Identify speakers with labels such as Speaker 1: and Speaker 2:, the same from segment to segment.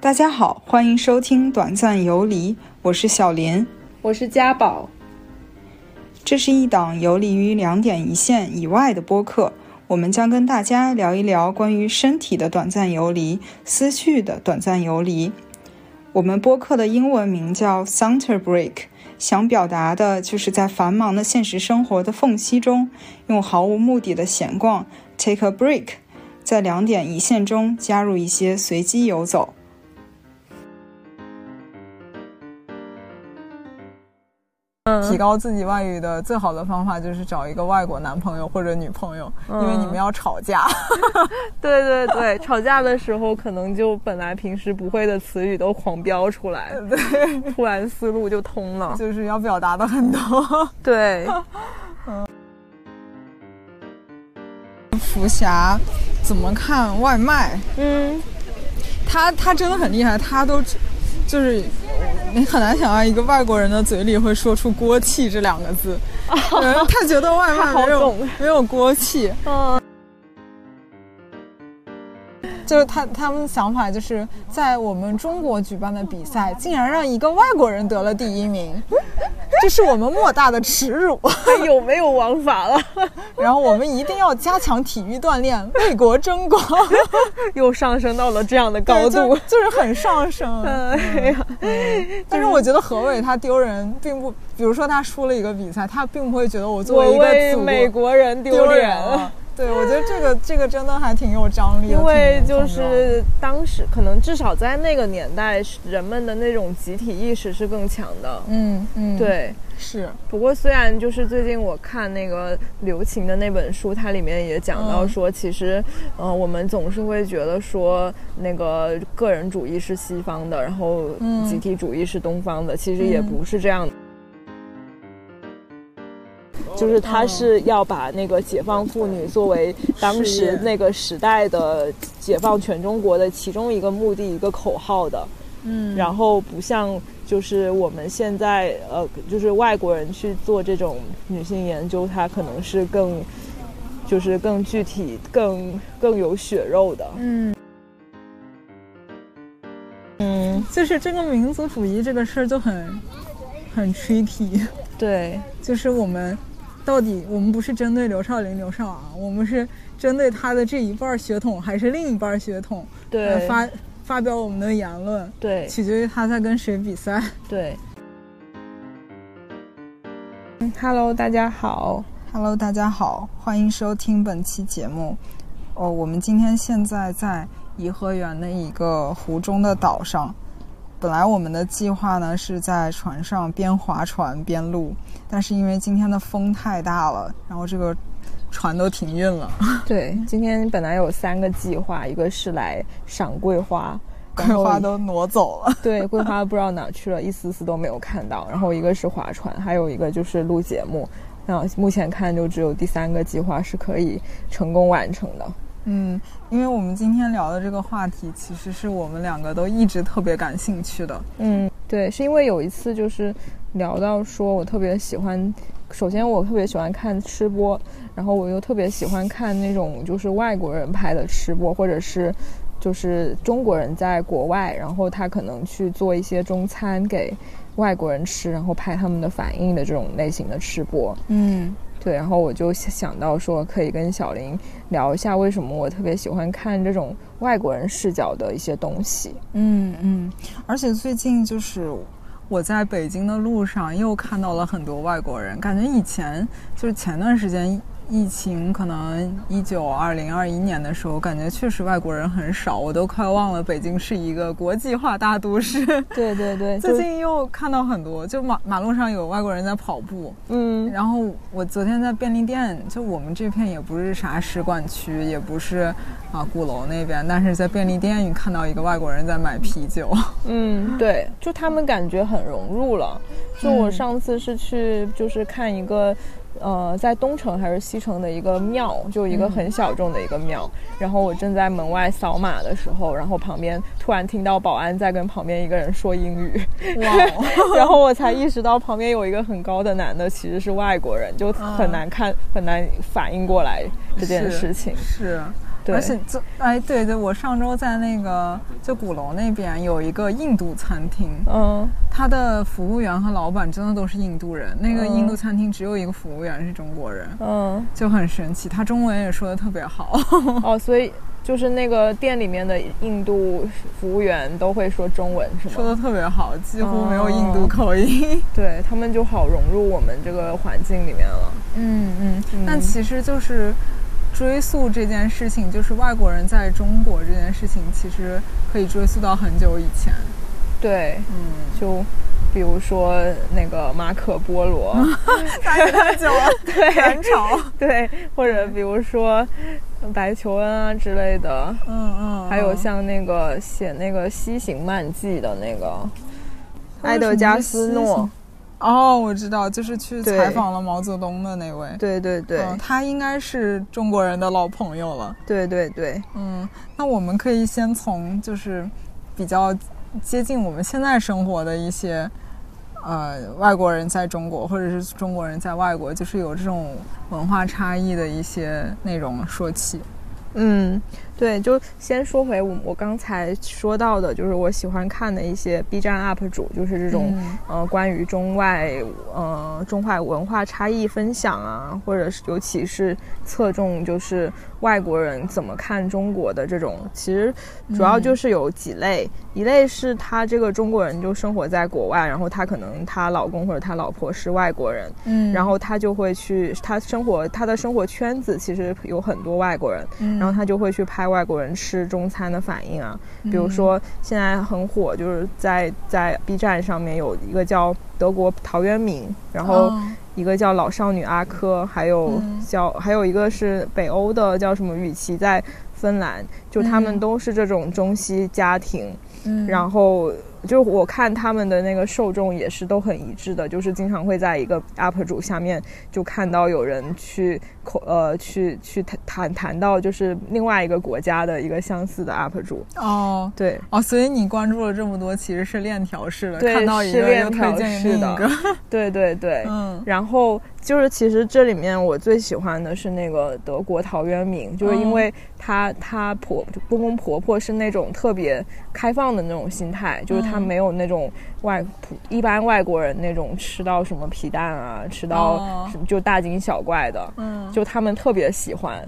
Speaker 1: 大家好，欢迎收听短暂游离，我是小林。
Speaker 2: 我是家 宝，
Speaker 1: 这是一档游离于两点一线以外的播客，我们将跟大家聊一聊关于身体的短暂游离、思绪的短暂游离。我们播客的英文名叫 Center Break，想表达的就是在繁忙的现实生活的缝隙中，用毫无目的的闲逛 take a break，在两点一线中加入一些随机游走。
Speaker 2: 嗯
Speaker 3: 提高自己外语的最好的方法就是找一个外国男朋友或者女朋友，因为你们要吵架。
Speaker 2: 对嗯对对，吵架的时候可能就本来平时不会的词语都狂飙出来，
Speaker 3: 对，
Speaker 2: 突然思路就通了。
Speaker 3: 就是要表达的很多。 嗯
Speaker 2: 对，嗯
Speaker 3: 福霞怎么看外卖？
Speaker 2: 嗯，
Speaker 3: 他他真的很厉害，他都就是你很难想象一个外国人的嘴里会说出“锅气”这两个 字。嗯他觉得外卖
Speaker 2: 他好
Speaker 3: 没有
Speaker 2: 懂
Speaker 3: 没有锅气，
Speaker 2: 嗯，
Speaker 3: 就是他他们的想法就是在我们中国举办的比赛，竟然让一个外国人得了第一名，这是我们莫大的耻辱。
Speaker 2: 这有哎没有王法了？
Speaker 3: 然后我们一定要加强体育锻炼，为国争光，
Speaker 2: 又上升到了这样的 高
Speaker 3: 对就
Speaker 2: 度。
Speaker 3: 就是很 上升。
Speaker 2: 哎呀，
Speaker 3: 但是我觉得何伟他丢人，并不，比如说他输了一个比赛，他并不会觉得我作
Speaker 2: 我
Speaker 3: 为一
Speaker 2: 为
Speaker 3: 个祖
Speaker 2: 美国人
Speaker 3: 丢
Speaker 2: 丢
Speaker 3: 脸
Speaker 2: 脸
Speaker 3: 了。对，我觉得这个这个真的还挺有张力的，
Speaker 2: 因为
Speaker 3: 挺
Speaker 2: 就
Speaker 3: 有冲撞的
Speaker 2: 是当时可能至少在那个年代，人们的那种集体意识是更强的。
Speaker 3: 嗯嗯，，
Speaker 2: 对，
Speaker 3: 是
Speaker 2: 不过，虽然就是最近我看那个刘擎的那本书，它里面也讲
Speaker 3: 嗯
Speaker 2: 到说，其实，呃，我们总是会觉得说，那个个人主义是西方的，然后
Speaker 3: 嗯
Speaker 2: 集体主义是东方的，其实也
Speaker 3: 嗯
Speaker 2: 不是这样的。就是他是要把那个解放妇女作为当
Speaker 3: 哦事业
Speaker 2: 时那个时代的解放全中国的其中一个目的一个口号的，
Speaker 3: 嗯，
Speaker 2: 然后不像就是我们现在呃，就是外国人去做这种女性研究，它可能是更就是更具体、更更有血肉的。
Speaker 3: 嗯。
Speaker 2: 嗯，
Speaker 3: 就是这个民族主义这个事儿就很很 tricky，
Speaker 2: 对，
Speaker 3: 就是我们到底我们不是针对刘少林、刘少昂，我们是针对他的这一半儿血统还是另一半儿血统，呃
Speaker 2: 对，
Speaker 3: 发发表我们的言论，
Speaker 2: 对，
Speaker 3: 取决于他在跟谁比赛。
Speaker 2: 对。嗯，Hello，大家好。
Speaker 1: Hello，大家好，欢迎收听本期节目。哦，我们今天现在在颐和园的一个湖中的岛上。本来我们的计划呢是在船上边划船边录，但是因为今天的风太大了，然后这个船都停运了。
Speaker 2: 对，今天本来有三个计划，一个是来赏桂 花，然
Speaker 3: 桂
Speaker 2: 后
Speaker 3: 花都挪走了，
Speaker 2: 对，桂花不知道哪去了，一丝丝都没有看到。然后一个是划船，还有一个就是录节目。那目前看就只有第三个计划是可以成功完成的。
Speaker 3: 嗯，因为我们今天聊的这个话题，其实是我们两个都一直特别感兴趣的。
Speaker 2: 嗯，对，是因为有一次就是聊到说我特别喜欢，首先我特别喜欢看吃播，然后我又特别喜欢看那种就是外国人拍的吃播，或者是就是中国人在国外，然后他可能去做一些中餐给外国人吃，然后拍他们的反应的这种类型的吃播。
Speaker 3: 嗯
Speaker 2: 对，然后我就想想到说，可以跟小林聊一下为什么我特别喜欢看这种外国人视角的一些东西。
Speaker 3: 嗯嗯，
Speaker 1: 而且最近就是
Speaker 3: 我在北京的路上又看到了很多外国人，感觉以前就是前段时间。疫情可能一九二零二一年的时候，感觉确实外国人很少，我都快忘了北京是一个国际化大都市。
Speaker 2: 对对对，
Speaker 3: 最
Speaker 2: 就
Speaker 3: 近又看到很多，就马马路上有外国人在跑步，
Speaker 2: 嗯
Speaker 3: 然后我昨天在便利店，就我们这片也不是啥使馆区，也不是啊鼓楼那边，但是在便利店你看到一个外国人在买啤酒，
Speaker 2: 嗯，对，就他们感觉很融入了。就我
Speaker 3: 嗯
Speaker 2: 上次是去就是看一个。呃，在东城还是西城的一个庙，就一个很小众的一个庙。
Speaker 3: 嗯
Speaker 2: 然后我正在门外扫码的时候，然后旁边突然听到保安在跟旁边一个人说英语，
Speaker 3: 哇哦，
Speaker 2: 然后我才意识到旁边有一个很高的男的其实是
Speaker 3: 嗯
Speaker 2: 外国人，就很难看、很难反应过来这件事情。
Speaker 3: 是。
Speaker 2: 对
Speaker 3: 而且这哎，对对，我上周在那个就鼓楼那边有一个印度餐厅，
Speaker 2: 嗯，
Speaker 3: 他的服务员和老板真的都是印度人。那个
Speaker 2: 嗯
Speaker 3: 印度餐厅只有一个服务员是中国人，
Speaker 2: 嗯，
Speaker 3: 就很神奇。他中文也说的特别好，
Speaker 2: 哦，所以就是那个店里面的印度服务员都会说中文，是
Speaker 3: 说
Speaker 2: 吗？
Speaker 3: 的特别好，几乎没有
Speaker 2: 哦
Speaker 3: 印度口音。
Speaker 2: 对他们就好融入我们这个环境里面了。
Speaker 3: 嗯嗯
Speaker 2: 嗯
Speaker 3: 但其实就是追溯这件事情，就是外国人在中国这件事情，其实可以追溯到很久以前。
Speaker 2: 对，
Speaker 3: 嗯，
Speaker 2: 就比如说那个马可波 罗，
Speaker 3: 待太久 了，
Speaker 2: 对
Speaker 3: 南朝。
Speaker 2: 对，或者比如说白求恩啊之类的，
Speaker 3: 嗯嗯，
Speaker 2: 还有
Speaker 3: 嗯
Speaker 2: 像那个写那个《西行漫记》的那个
Speaker 3: 他为
Speaker 2: 埃德
Speaker 3: 什么
Speaker 2: 加
Speaker 3: 是
Speaker 2: 斯
Speaker 3: 西
Speaker 2: 诺
Speaker 3: 行，哦，我知道，就是去
Speaker 2: 对
Speaker 3: 采访了毛泽东的那位。
Speaker 2: 对对对
Speaker 3: 嗯，他应该是中国人的老朋友了。
Speaker 2: 对对对，
Speaker 3: 嗯，那我们可以先从就是比较接近我们现在生活的一些呃外国人在中国，或者是中国人在外国，就是有这种文化差异的一些内容说起。
Speaker 2: 嗯，对，就先说回我我刚才说到的，就是我喜欢看的一些 B 站 UP 主，就是这
Speaker 3: 这
Speaker 2: 种、呃关于中外呃中外文化差异分享啊，或者是尤其是侧重就是外国人怎么看中国的这种，其实主要就是有几类，一类是他这个中国人就生活在国外，然后他可能他老公或者他老婆是外国人，
Speaker 3: 嗯，
Speaker 2: 然后他就会去他生活他的生活圈子其实有很多外国人，
Speaker 3: 嗯，
Speaker 2: 然后他就会去拍外国人吃中餐的反应啊，比如说
Speaker 3: 嗯
Speaker 2: 现在很火，就是在在 B 站上面有一个叫德国陶渊明，然后
Speaker 3: 哦
Speaker 2: 一个叫老少女阿珂，还有
Speaker 3: 嗯
Speaker 2: 叫还有一个是北欧的叫什么雨琦在芬兰，就他们
Speaker 3: 嗯
Speaker 2: 都是这种中西家庭，
Speaker 3: 嗯，
Speaker 2: 然后就我看他们的那个受众也是都很一致的，就是经常会在一个 UP 主下面就看到有人去口呃去去谈谈谈到就是另外一个国家的一个相似的 UP 主，
Speaker 3: 哦。
Speaker 2: 对
Speaker 3: 哦，所以你关注了这么多，其实是链条式的，
Speaker 2: 对
Speaker 3: 看到一
Speaker 2: 是
Speaker 3: 个
Speaker 2: 链
Speaker 3: 又
Speaker 2: 条
Speaker 3: 推荐
Speaker 2: 式
Speaker 3: 另一
Speaker 2: 的
Speaker 3: 个，
Speaker 2: 对对对，
Speaker 3: 嗯
Speaker 2: 然后就是，其实这里面我最喜欢的是那个德国陶渊明，就是
Speaker 3: 嗯
Speaker 2: 因为她她婆公公婆婆是那种特别开放的那种心态，就是她
Speaker 3: 嗯
Speaker 2: 没有那种外普一般外国人那种吃到什么皮蛋啊，吃到
Speaker 3: 哦
Speaker 2: 什么就大惊小怪的，
Speaker 3: 嗯，
Speaker 2: 就他们特别喜欢。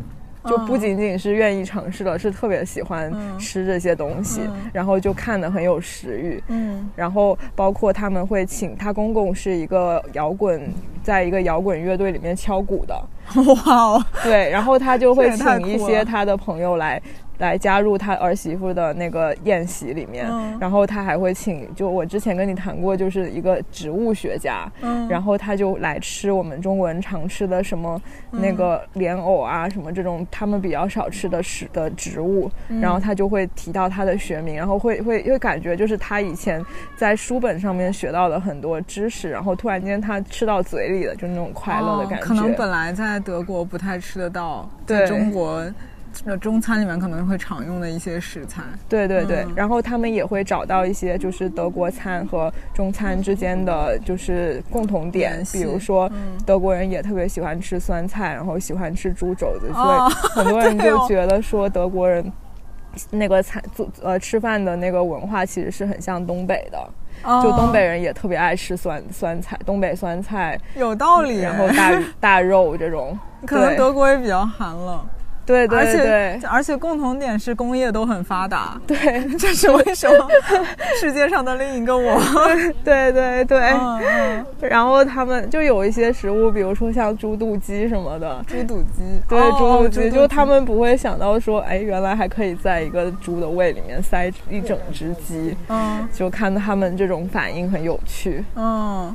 Speaker 2: 就不
Speaker 3: 嗯
Speaker 2: 仅仅是愿意尝试了，是特别喜欢
Speaker 3: 嗯
Speaker 2: 吃这些东西，
Speaker 3: 嗯
Speaker 2: 然后就看得很有食欲。
Speaker 3: 嗯
Speaker 2: 然后包括他们会请他公公是一个摇滚，在一个摇滚乐队里面敲鼓的，
Speaker 3: 哇哦，
Speaker 2: 对，然后他就会
Speaker 3: 这也太
Speaker 2: 请一
Speaker 3: 酷
Speaker 2: 些
Speaker 3: 了
Speaker 2: 他的朋友来来加入他儿媳妇的那个宴席里面，
Speaker 3: 嗯
Speaker 2: 然后他还会请，就我之前跟你谈过，就是一个植物学家，
Speaker 3: 嗯
Speaker 2: 然后他就来吃我们中国人常吃的什么
Speaker 3: 嗯
Speaker 2: 那个莲藕啊，什么这种他们比较少吃的食的植物，
Speaker 3: 嗯
Speaker 2: 然后他就会提到他的学名，然后会会会感觉就是他以前在书本上面学到的很多知识，然后突然间他吃到嘴里了，就那种快乐的
Speaker 3: 哦
Speaker 2: 感觉。
Speaker 3: 可能本来在德国不太吃得到，
Speaker 2: 对
Speaker 3: 在中国。呃，中餐里面可能会常用的一些食材，
Speaker 2: 对对对，
Speaker 3: 嗯
Speaker 2: 然后他们也会找到一些就是德国餐和中餐之间的就是共同点
Speaker 3: 联，系
Speaker 2: 比如说
Speaker 3: 嗯
Speaker 2: 德国人也特别喜欢吃酸菜，然后喜欢吃猪肘子，所
Speaker 3: 哦
Speaker 2: 以 很多人
Speaker 3: 对
Speaker 2: 就
Speaker 3: 哦
Speaker 2: 觉得说德国人那个餐做呃吃饭的那个文化其实是很像东北的，
Speaker 3: 哦
Speaker 2: 就东北人也特别爱吃酸酸菜，东北酸菜，
Speaker 3: 有道理。
Speaker 2: 然后大大肉这种，
Speaker 3: 可能
Speaker 2: 对
Speaker 3: 德国也比较寒冷，
Speaker 2: 对对
Speaker 3: 而
Speaker 2: 对
Speaker 3: 且而且共同点是工业都很发达，
Speaker 2: 对
Speaker 3: 这是为什么？世界上的另一个我，
Speaker 2: 对对对，
Speaker 3: 嗯嗯，
Speaker 2: 然后他们就有一些食物，比如说像猪肚鸡什么的，
Speaker 3: 猪肚鸡，
Speaker 2: 对，
Speaker 3: 哦
Speaker 2: 猪肚
Speaker 3: 哦
Speaker 2: 鸡，
Speaker 3: 鸡，
Speaker 2: 就他们不会想到说，哎，原来还可以在一个猪的胃里面塞一整只鸡，
Speaker 3: 嗯，
Speaker 2: 就看到他们这种反应很有趣。
Speaker 3: 嗯，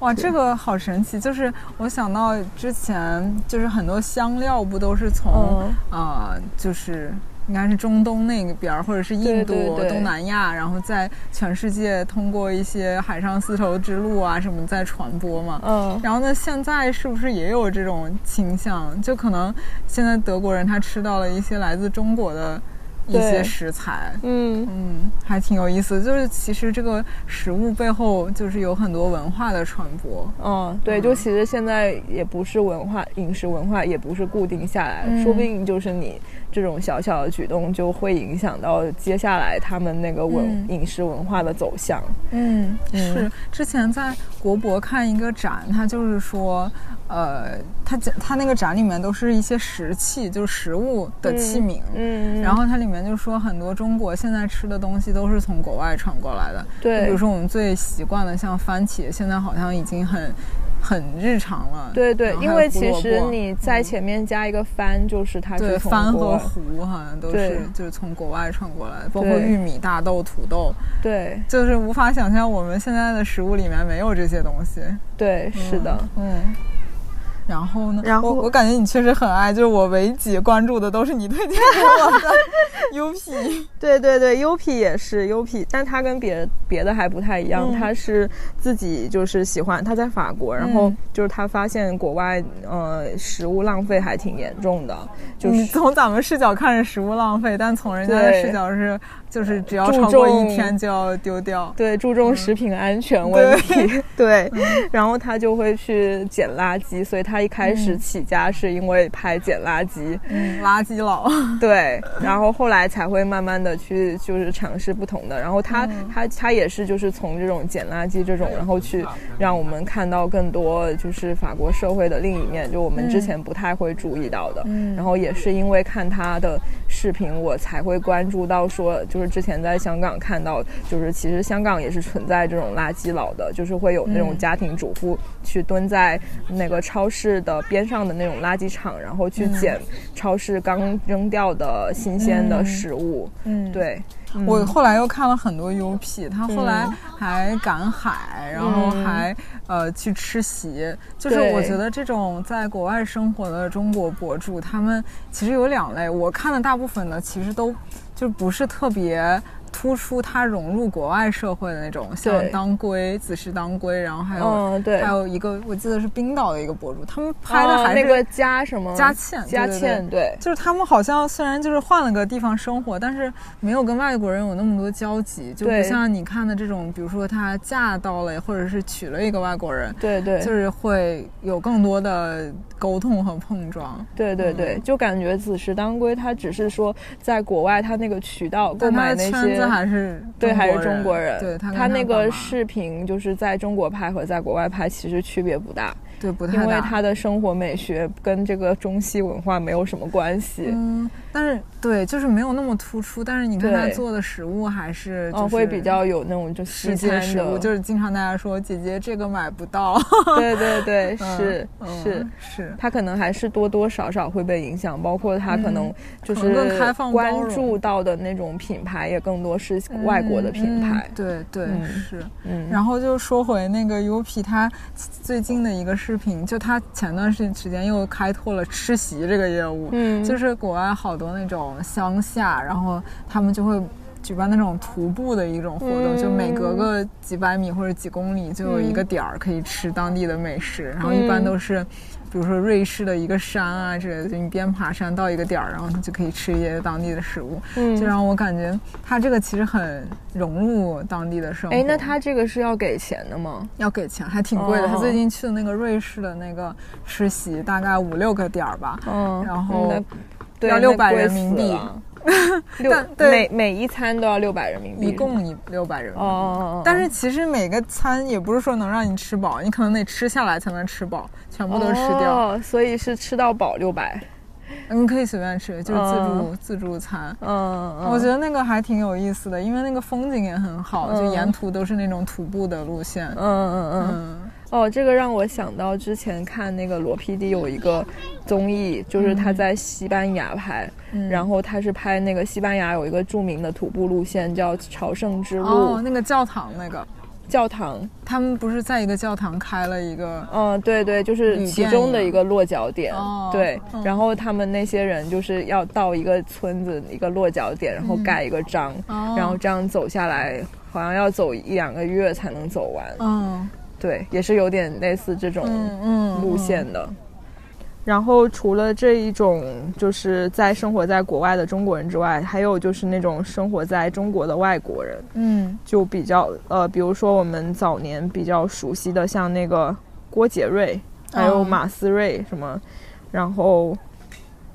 Speaker 3: 哇，这个好神奇！就是我想到之前，就是很多香料不都是从
Speaker 2: 嗯
Speaker 3: 呃，就是应该是中东那边儿，或者是印度、
Speaker 2: 对对对
Speaker 3: 东南亚，然后在全世界通过一些海上丝绸之路啊什么在传播嘛。
Speaker 2: 嗯，
Speaker 3: 然后呢，现在是不是也有这种倾向？就可能现在德国人他吃到了一些来自中国的一些
Speaker 2: 对
Speaker 3: 食材。
Speaker 2: 嗯，
Speaker 3: 嗯，还挺有意思。就是其实这个食物背后就是有很多文化的传播。
Speaker 2: 哦，
Speaker 3: 嗯
Speaker 2: 对，就其实现在也不是文化饮食文化，也不是固定下来，
Speaker 3: 嗯
Speaker 2: 说不定就是你这种小小的举动就会影响到接下来他们那个文、
Speaker 3: 嗯
Speaker 2: 饮食文化的走向。
Speaker 3: 嗯，
Speaker 2: 嗯
Speaker 3: 是。之前在国博看一个展，它就是说，呃，它讲它那个展里面都是一些食器，就是食物的器皿。
Speaker 2: 嗯，
Speaker 3: 然后它里面就说很多中国现在吃的东西都是从国外传过来的，
Speaker 2: 对，
Speaker 3: 比如说我们最习惯的像番茄，现在好像已经很很日常了。
Speaker 2: 对对
Speaker 3: 然，后
Speaker 2: 因
Speaker 3: 还
Speaker 2: 为
Speaker 3: 有胡
Speaker 2: 其
Speaker 3: 萝
Speaker 2: 实
Speaker 3: 卜
Speaker 2: 你在前面加一个番，就是它
Speaker 3: 对
Speaker 2: 是从
Speaker 3: 番
Speaker 2: 国
Speaker 3: 和胡好像都
Speaker 2: 对
Speaker 3: 是就是从国外传过来的，包括
Speaker 2: 对
Speaker 3: 玉米、大豆、土豆，
Speaker 2: 对
Speaker 3: 就是无法想象我们现在的食物里面没有这些东西。
Speaker 2: 对是的，
Speaker 3: 嗯。然后呢？
Speaker 2: 然后
Speaker 3: 我我感觉你确实很爱，就是我唯几关注的都是你推荐给我 的 UP。
Speaker 2: 对对对，U P 也是 U P，但它跟别别的还不太一样，
Speaker 3: 嗯
Speaker 2: 它是自己就是喜欢，他在法国，然后
Speaker 3: 嗯
Speaker 2: 就是他发现国外呃食物浪费还挺严重的，就
Speaker 3: 你
Speaker 2: 是
Speaker 3: 从咱们视角看是食物浪费，但从人家的
Speaker 2: 对
Speaker 3: 视角是，就是只要
Speaker 2: 注
Speaker 3: 超过一
Speaker 2: 重
Speaker 3: 天就要丢掉。
Speaker 2: 对注重食品安全问题，嗯 对，然后他就会去捡垃圾，所以他一开始起家是因为拍捡垃圾，
Speaker 3: 嗯，垃圾佬。
Speaker 2: 对，然后后来才会慢慢的去就是尝试不同的，然后他、他他也是就是从这种捡垃圾这种，然后去让我们看到更多就是法国社会的另一面，就我们之前不太会注意到的。
Speaker 3: 嗯
Speaker 2: 然后也是因为看他的视频，我才会关注到说，就是之前在香港看到，就是其实香港也是存在这种垃圾佬的，就是会有那种
Speaker 3: 嗯
Speaker 2: 家庭主妇去蹲在那个超市的边上的那种垃圾场，然后去
Speaker 3: 嗯
Speaker 2: 捡超市刚扔掉的新鲜的食物。
Speaker 3: 嗯，
Speaker 2: 对，
Speaker 3: 我后来又看了很多 UP，他后来还赶海，然后还呃去吃席，就是
Speaker 2: 嗯对
Speaker 3: 我觉得这种在国外生活的中国博主，他们其实有两类，我看的大部分呢，其实都就不是特别。突出他融入国外社会的那种，像
Speaker 2: 对
Speaker 3: 当归、子时当归，然后还有、
Speaker 2: 嗯对
Speaker 3: 还有一个我记得是冰岛的一个博主，他们拍的
Speaker 2: 哦
Speaker 3: 还是、
Speaker 2: 那个加什么
Speaker 3: 佳倩
Speaker 2: 佳
Speaker 3: 对对
Speaker 2: 倩对
Speaker 3: 就是他们好像虽然就是换了个地方生活，但是没有跟外国人有那么多交集，就不
Speaker 2: 对
Speaker 3: 像你看的这种，比如说她嫁到了或者是娶了一个外国人，
Speaker 2: 对对，
Speaker 3: 就是会有更多的沟通和碰撞。
Speaker 2: 对对对，
Speaker 3: 嗯
Speaker 2: 就感觉子时当归，它只是说在国外它那个渠道购
Speaker 3: 但她
Speaker 2: 买
Speaker 3: 的
Speaker 2: 那
Speaker 3: 圈
Speaker 2: 些
Speaker 3: 子，还是
Speaker 2: 对，还是
Speaker 3: 中
Speaker 2: 中国人。
Speaker 3: 对她跟
Speaker 2: 他那
Speaker 3: 爸
Speaker 2: 个
Speaker 3: 妈
Speaker 2: 视频就是在中国拍和在国外拍其实区别不大，
Speaker 3: 对不
Speaker 2: 因
Speaker 3: 太
Speaker 2: 为
Speaker 3: 大，
Speaker 2: 他的生活美学跟这个中西文化没有什么关系。
Speaker 3: 嗯，但是对，就是没有那么突出，但是你看她
Speaker 2: 对
Speaker 3: 做的食物还是就
Speaker 2: 嗯，
Speaker 3: 是
Speaker 2: 会比较有那种就西
Speaker 3: 世界
Speaker 2: 餐
Speaker 3: 食物，
Speaker 2: 的，
Speaker 3: 就是经常大家说姐姐这个买不到，
Speaker 2: 对对对，是
Speaker 3: 嗯
Speaker 2: 是，
Speaker 3: 是，
Speaker 2: 他可能还是多多少少会被影响，包括他可能就
Speaker 3: 嗯可
Speaker 2: 是
Speaker 3: 能更开放包
Speaker 2: 关
Speaker 3: 容
Speaker 2: 注到的那种品牌也更多是外国的品牌
Speaker 3: 嗯。对对、
Speaker 2: 嗯
Speaker 3: 是。
Speaker 2: 嗯，
Speaker 3: 然后就说回那个 UP，他最近的一个视频，就他前段时时间又开拓了吃席这个业务，
Speaker 2: 嗯
Speaker 3: 就是国外好多那种乡下，然后他们就会。举办那种徒步的一种活动，
Speaker 2: 嗯
Speaker 3: 就每隔个几百米或者几公里就有一个点儿可以吃当地的美食，然后一
Speaker 2: 嗯
Speaker 3: 般都是，比如说瑞士的一个山啊之类的，就你边爬山到一个点儿，然后你就可以吃一些当地的食物。就
Speaker 2: 嗯，
Speaker 3: 让我感觉他这个其实很融入当地的生活。
Speaker 2: 哎，那他这个是要给钱的吗？
Speaker 3: 要给钱，还挺贵的。
Speaker 2: 哦
Speaker 3: 他最近去的那个瑞士的那个实习，大概五六个点儿吧。
Speaker 2: 嗯，
Speaker 3: 然后
Speaker 2: 那对
Speaker 3: 要
Speaker 2: 那
Speaker 3: 600
Speaker 2: 贵
Speaker 3: 人民
Speaker 2: 死
Speaker 3: 币
Speaker 2: 了六
Speaker 3: 但对
Speaker 2: 每每一餐都要六百人民币，
Speaker 3: 一共一六百人民
Speaker 2: 哦
Speaker 3: 币。
Speaker 2: 哦，哦
Speaker 3: 但是其实每个餐也不是说能让你吃饱，你可能得吃下来才能吃饱，全部都吃掉。嗯
Speaker 2: 哦，所以是吃到饱六百。
Speaker 3: 你可以随便吃，就是自助、
Speaker 2: 哦
Speaker 3: 自助餐。
Speaker 2: 嗯，嗯
Speaker 3: 我觉得那个还挺有意思的，因为那个风景也很好，就
Speaker 2: 嗯
Speaker 3: 沿途都是那种徒步的路线。
Speaker 2: 嗯嗯嗯。
Speaker 3: 嗯
Speaker 2: 哦，这个让我想到之前看那个罗 PD 有一个综艺，就是他在西班牙拍，
Speaker 3: 嗯
Speaker 2: 然后他是拍那个西班牙有一个著名的徒步路线叫朝圣之路、
Speaker 3: 哦，那个教堂那个，
Speaker 2: 教堂。
Speaker 3: 他们不是在一个教堂开了一个，
Speaker 2: 嗯，对对，就是
Speaker 3: 旅
Speaker 2: 其
Speaker 3: 店
Speaker 2: 中
Speaker 3: 一
Speaker 2: 的
Speaker 3: 样
Speaker 2: 一个落脚点。
Speaker 3: 哦
Speaker 2: 对、
Speaker 3: 嗯
Speaker 2: 然后他们那些人就是要到一个村子一个落脚点，然后盖一个章，
Speaker 3: 嗯哦
Speaker 2: 然后这样走下来。好像要走一两个月才能走完，
Speaker 3: 嗯
Speaker 2: 对，也是有点类似这种
Speaker 3: 嗯嗯，
Speaker 2: 路线的。然后除了这一种就是在生活在国外的中国人之外，还有就是那种生活在中国的外国人，
Speaker 3: 嗯
Speaker 2: 就比较呃，比如说我们早年比较熟悉的，像那个郭杰瑞，还有
Speaker 3: 嗯
Speaker 2: 马思瑞什么，然后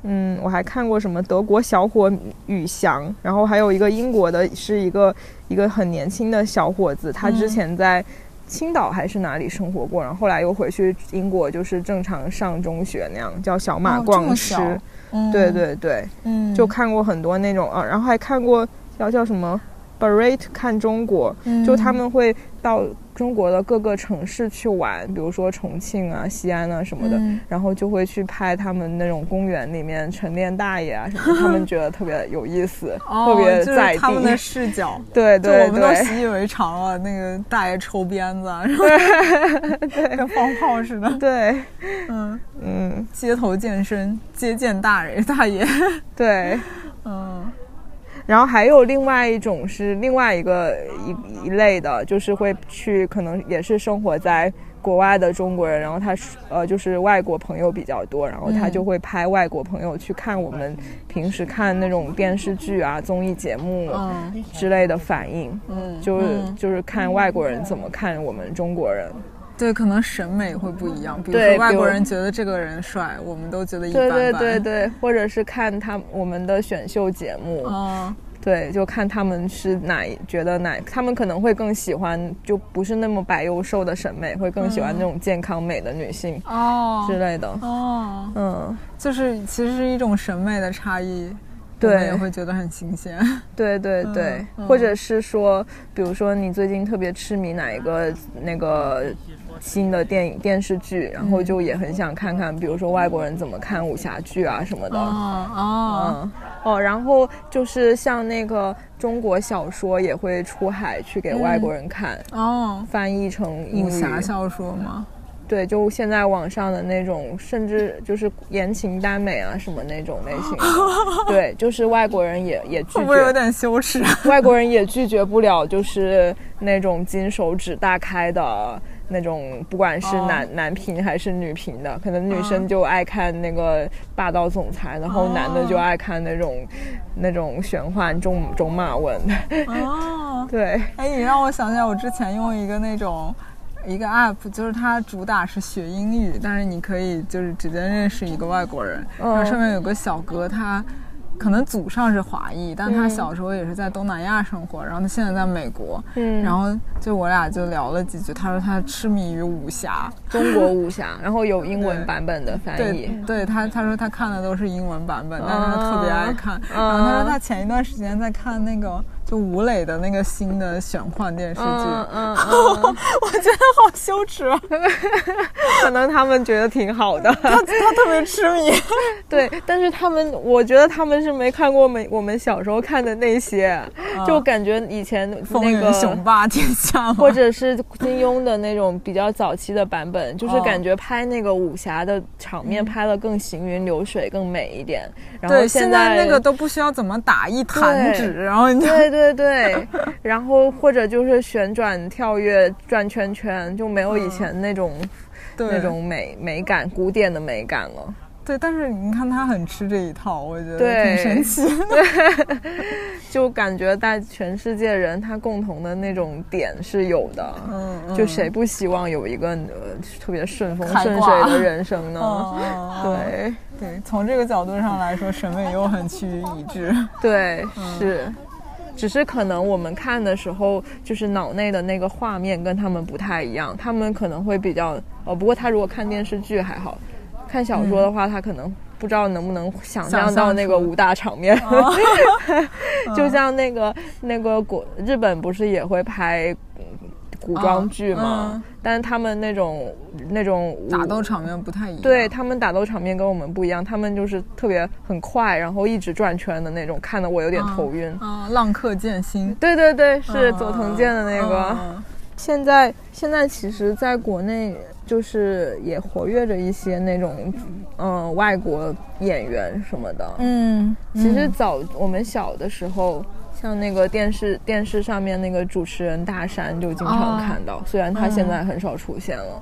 Speaker 2: 嗯，我还看过什么德国小伙宇翔，然后还有一个英国的是一个一个很年轻的小伙子，他之
Speaker 3: 嗯
Speaker 2: 前在青岛还是哪里生活过，然后后来又回去英国，就是正常上中学那样，叫小马
Speaker 3: 哦这
Speaker 2: 逛
Speaker 3: 么
Speaker 2: 师，
Speaker 3: 小嗯，
Speaker 2: 对，对对，
Speaker 3: 嗯，
Speaker 2: 就看过很多那种啊，然后还看过叫叫什么 Barrett 看中国，
Speaker 3: 嗯
Speaker 2: 就他们会到中国的各个城市去玩，比如说重庆啊、西安啊什么的，
Speaker 3: 嗯
Speaker 2: 然后就会去拍他们那种公园里面晨练大爷啊什么的，他 们觉得特别有意思，特
Speaker 3: 哦，
Speaker 2: 别
Speaker 3: 就是
Speaker 2: 在地。
Speaker 3: 他们的视 角，
Speaker 2: 对
Speaker 3: 就
Speaker 2: 对
Speaker 3: 我们都
Speaker 2: 对
Speaker 3: 习以为常了。那个大爷抽鞭 子啊，然后跟放炮似的，
Speaker 2: 对，
Speaker 3: 嗯，
Speaker 2: 嗯
Speaker 3: 街头健身，接见大爷大爷，
Speaker 2: 对。
Speaker 3: 嗯
Speaker 2: 然后还有另外一种是另外一个一一类的，就是会去可能也是生活在国外的中国人，然后他是呃就是外国朋友比较多，然后他
Speaker 3: 嗯
Speaker 2: 就会拍外国朋友去看我们平时看那种电视剧啊、综艺节目
Speaker 3: 嗯
Speaker 2: 之类的反应，
Speaker 3: 嗯，
Speaker 2: 就是、
Speaker 3: 嗯
Speaker 2: 就是看外国人怎么看我们中国人。
Speaker 3: 对，可能审美会不一样。比如
Speaker 2: 对
Speaker 3: 说外
Speaker 2: 比
Speaker 3: 国
Speaker 2: 如
Speaker 3: 人觉得这个人帅，我们都觉得一般
Speaker 2: 对
Speaker 3: 般。
Speaker 2: 对对对，或者是看他我们的选秀节目，
Speaker 3: 嗯
Speaker 2: 对，就看他们是哪一觉得哪，他们可能会更喜欢，就不是那么白幼瘦的审美，会更喜欢那种健康美的女性
Speaker 3: 哦
Speaker 2: 之类的。
Speaker 3: 哦，
Speaker 2: 嗯，
Speaker 3: 就是其实是一种审美的差异，
Speaker 2: 对
Speaker 3: 我们也会觉得很新鲜。
Speaker 2: 对对对，
Speaker 3: 嗯
Speaker 2: 或者是说，比如说你最近特别痴迷哪一个那个新的电影电视剧，然后就也很想看看，比如说外国人怎么看武侠剧啊什么的。
Speaker 3: 哦哦，
Speaker 2: 嗯，哦，然后就是像那个中国小说也会出海去给外国人看，
Speaker 3: 哦，
Speaker 2: 翻译成英
Speaker 3: 武
Speaker 2: 语。
Speaker 3: 侠小说吗？
Speaker 2: 嗯对，就现在网上的那种，甚至就是言情耽美啊什么那种类型 的对，就是外国人也也拒
Speaker 3: 会不会有
Speaker 2: 绝，
Speaker 3: 点羞耻啊？
Speaker 2: 外国人也拒绝不了，就是那种金手指大开的那种，不管是
Speaker 3: 哦
Speaker 2: 男、男频还是女频的，可能女生就爱看那个霸道总裁，然后男的就
Speaker 3: 哦
Speaker 2: 爱看那种、那种玄幻中中马文，
Speaker 3: 哦，
Speaker 2: 对，
Speaker 3: 哎，你让我想起来，我之前用一个那种。一个 app 就是它主打是学英语，但是你可以就是直接认识一个外国人，然后
Speaker 2: 嗯
Speaker 3: 上面有个小哥，他可能祖上是华裔，但他
Speaker 2: 嗯
Speaker 3: 小时候也是在东南亚生活，然后他现在在美国，
Speaker 2: 嗯，
Speaker 3: 然后就我俩就聊了几句，他说他痴迷于武侠，
Speaker 2: 中国武侠，然后有英文
Speaker 3: 对
Speaker 2: 版本的翻译
Speaker 3: 对，对，他他说他看的都是英文版本，但是他特别
Speaker 2: 啊
Speaker 3: 爱看。然后他
Speaker 2: 啊
Speaker 3: 说他前一段时间在看那个就吴磊的那个新的玄幻电视剧，
Speaker 2: 嗯嗯嗯。
Speaker 3: 我觉得好羞耻啊，
Speaker 2: 可能他们觉得挺好的，
Speaker 3: 他特别痴 迷。
Speaker 2: 对，但是他们，我觉得他们是没看过我们我们小时候看的那些， 就感觉以前
Speaker 3: 啊风
Speaker 2: 那
Speaker 3: 云雄啊
Speaker 2: 个。
Speaker 3: 霸天下嘛，
Speaker 2: 或者是金庸的那种比较早期的版本，就是
Speaker 3: 哦嗯
Speaker 2: 感觉拍那个武侠的场面拍的更行云流水、更美一点。然后
Speaker 3: 对，
Speaker 2: 现
Speaker 3: 现在那个都不需要怎么打一弹
Speaker 2: 对
Speaker 3: 指，然 后你就
Speaker 2: 对对对，然后或者就是旋转、跳跃、转圈圈，就没有以前那种、
Speaker 3: 嗯对
Speaker 2: 那种美美感、古典的美感了。
Speaker 3: 对，但是你看他很吃这一套，我觉得
Speaker 2: 对
Speaker 3: 挺神 奇的。
Speaker 2: 就感觉在全世界人他共同的那种点是有的，
Speaker 3: 嗯嗯
Speaker 2: 就谁不希望有一个呃特别顺风
Speaker 3: 开
Speaker 2: 顺
Speaker 3: 挂
Speaker 2: 水的人生 呢？
Speaker 3: 哦
Speaker 2: 对
Speaker 3: 对，从这个角度上来说，审美又很趋于一 致。
Speaker 2: 对是，只是可能我们看的时候，就是脑内的那个画面跟他们不太一样，他们可能会比较呃，不过他如果看电视剧还好，看小说的话，他可能。不知道能不能想
Speaker 3: 想
Speaker 2: 象
Speaker 3: 象
Speaker 2: 到那个
Speaker 3: 出哦嗯
Speaker 2: 武大场面， 就像那个那个国日本不是也会拍嗯古装剧吗？
Speaker 3: 嗯
Speaker 2: 但是他们那种那种武
Speaker 3: 打斗场面不太一样。
Speaker 2: 对他们打斗场面跟我们不一样，他们就是特别很快，然后一直转圈的那种，看得我有点头晕。
Speaker 3: 啊，浪客剑心
Speaker 2: 对对对，是佐藤健的嗯那个。
Speaker 3: 嗯
Speaker 2: 现在现在其实在国内就是也活跃着一些那种嗯、呃外国演员什么的。
Speaker 3: 嗯，
Speaker 2: 其实早我们小的时候，像那个电视电视上面那个主持人大山就经常
Speaker 3: 哦
Speaker 2: 看到，虽然他现在很少出现了。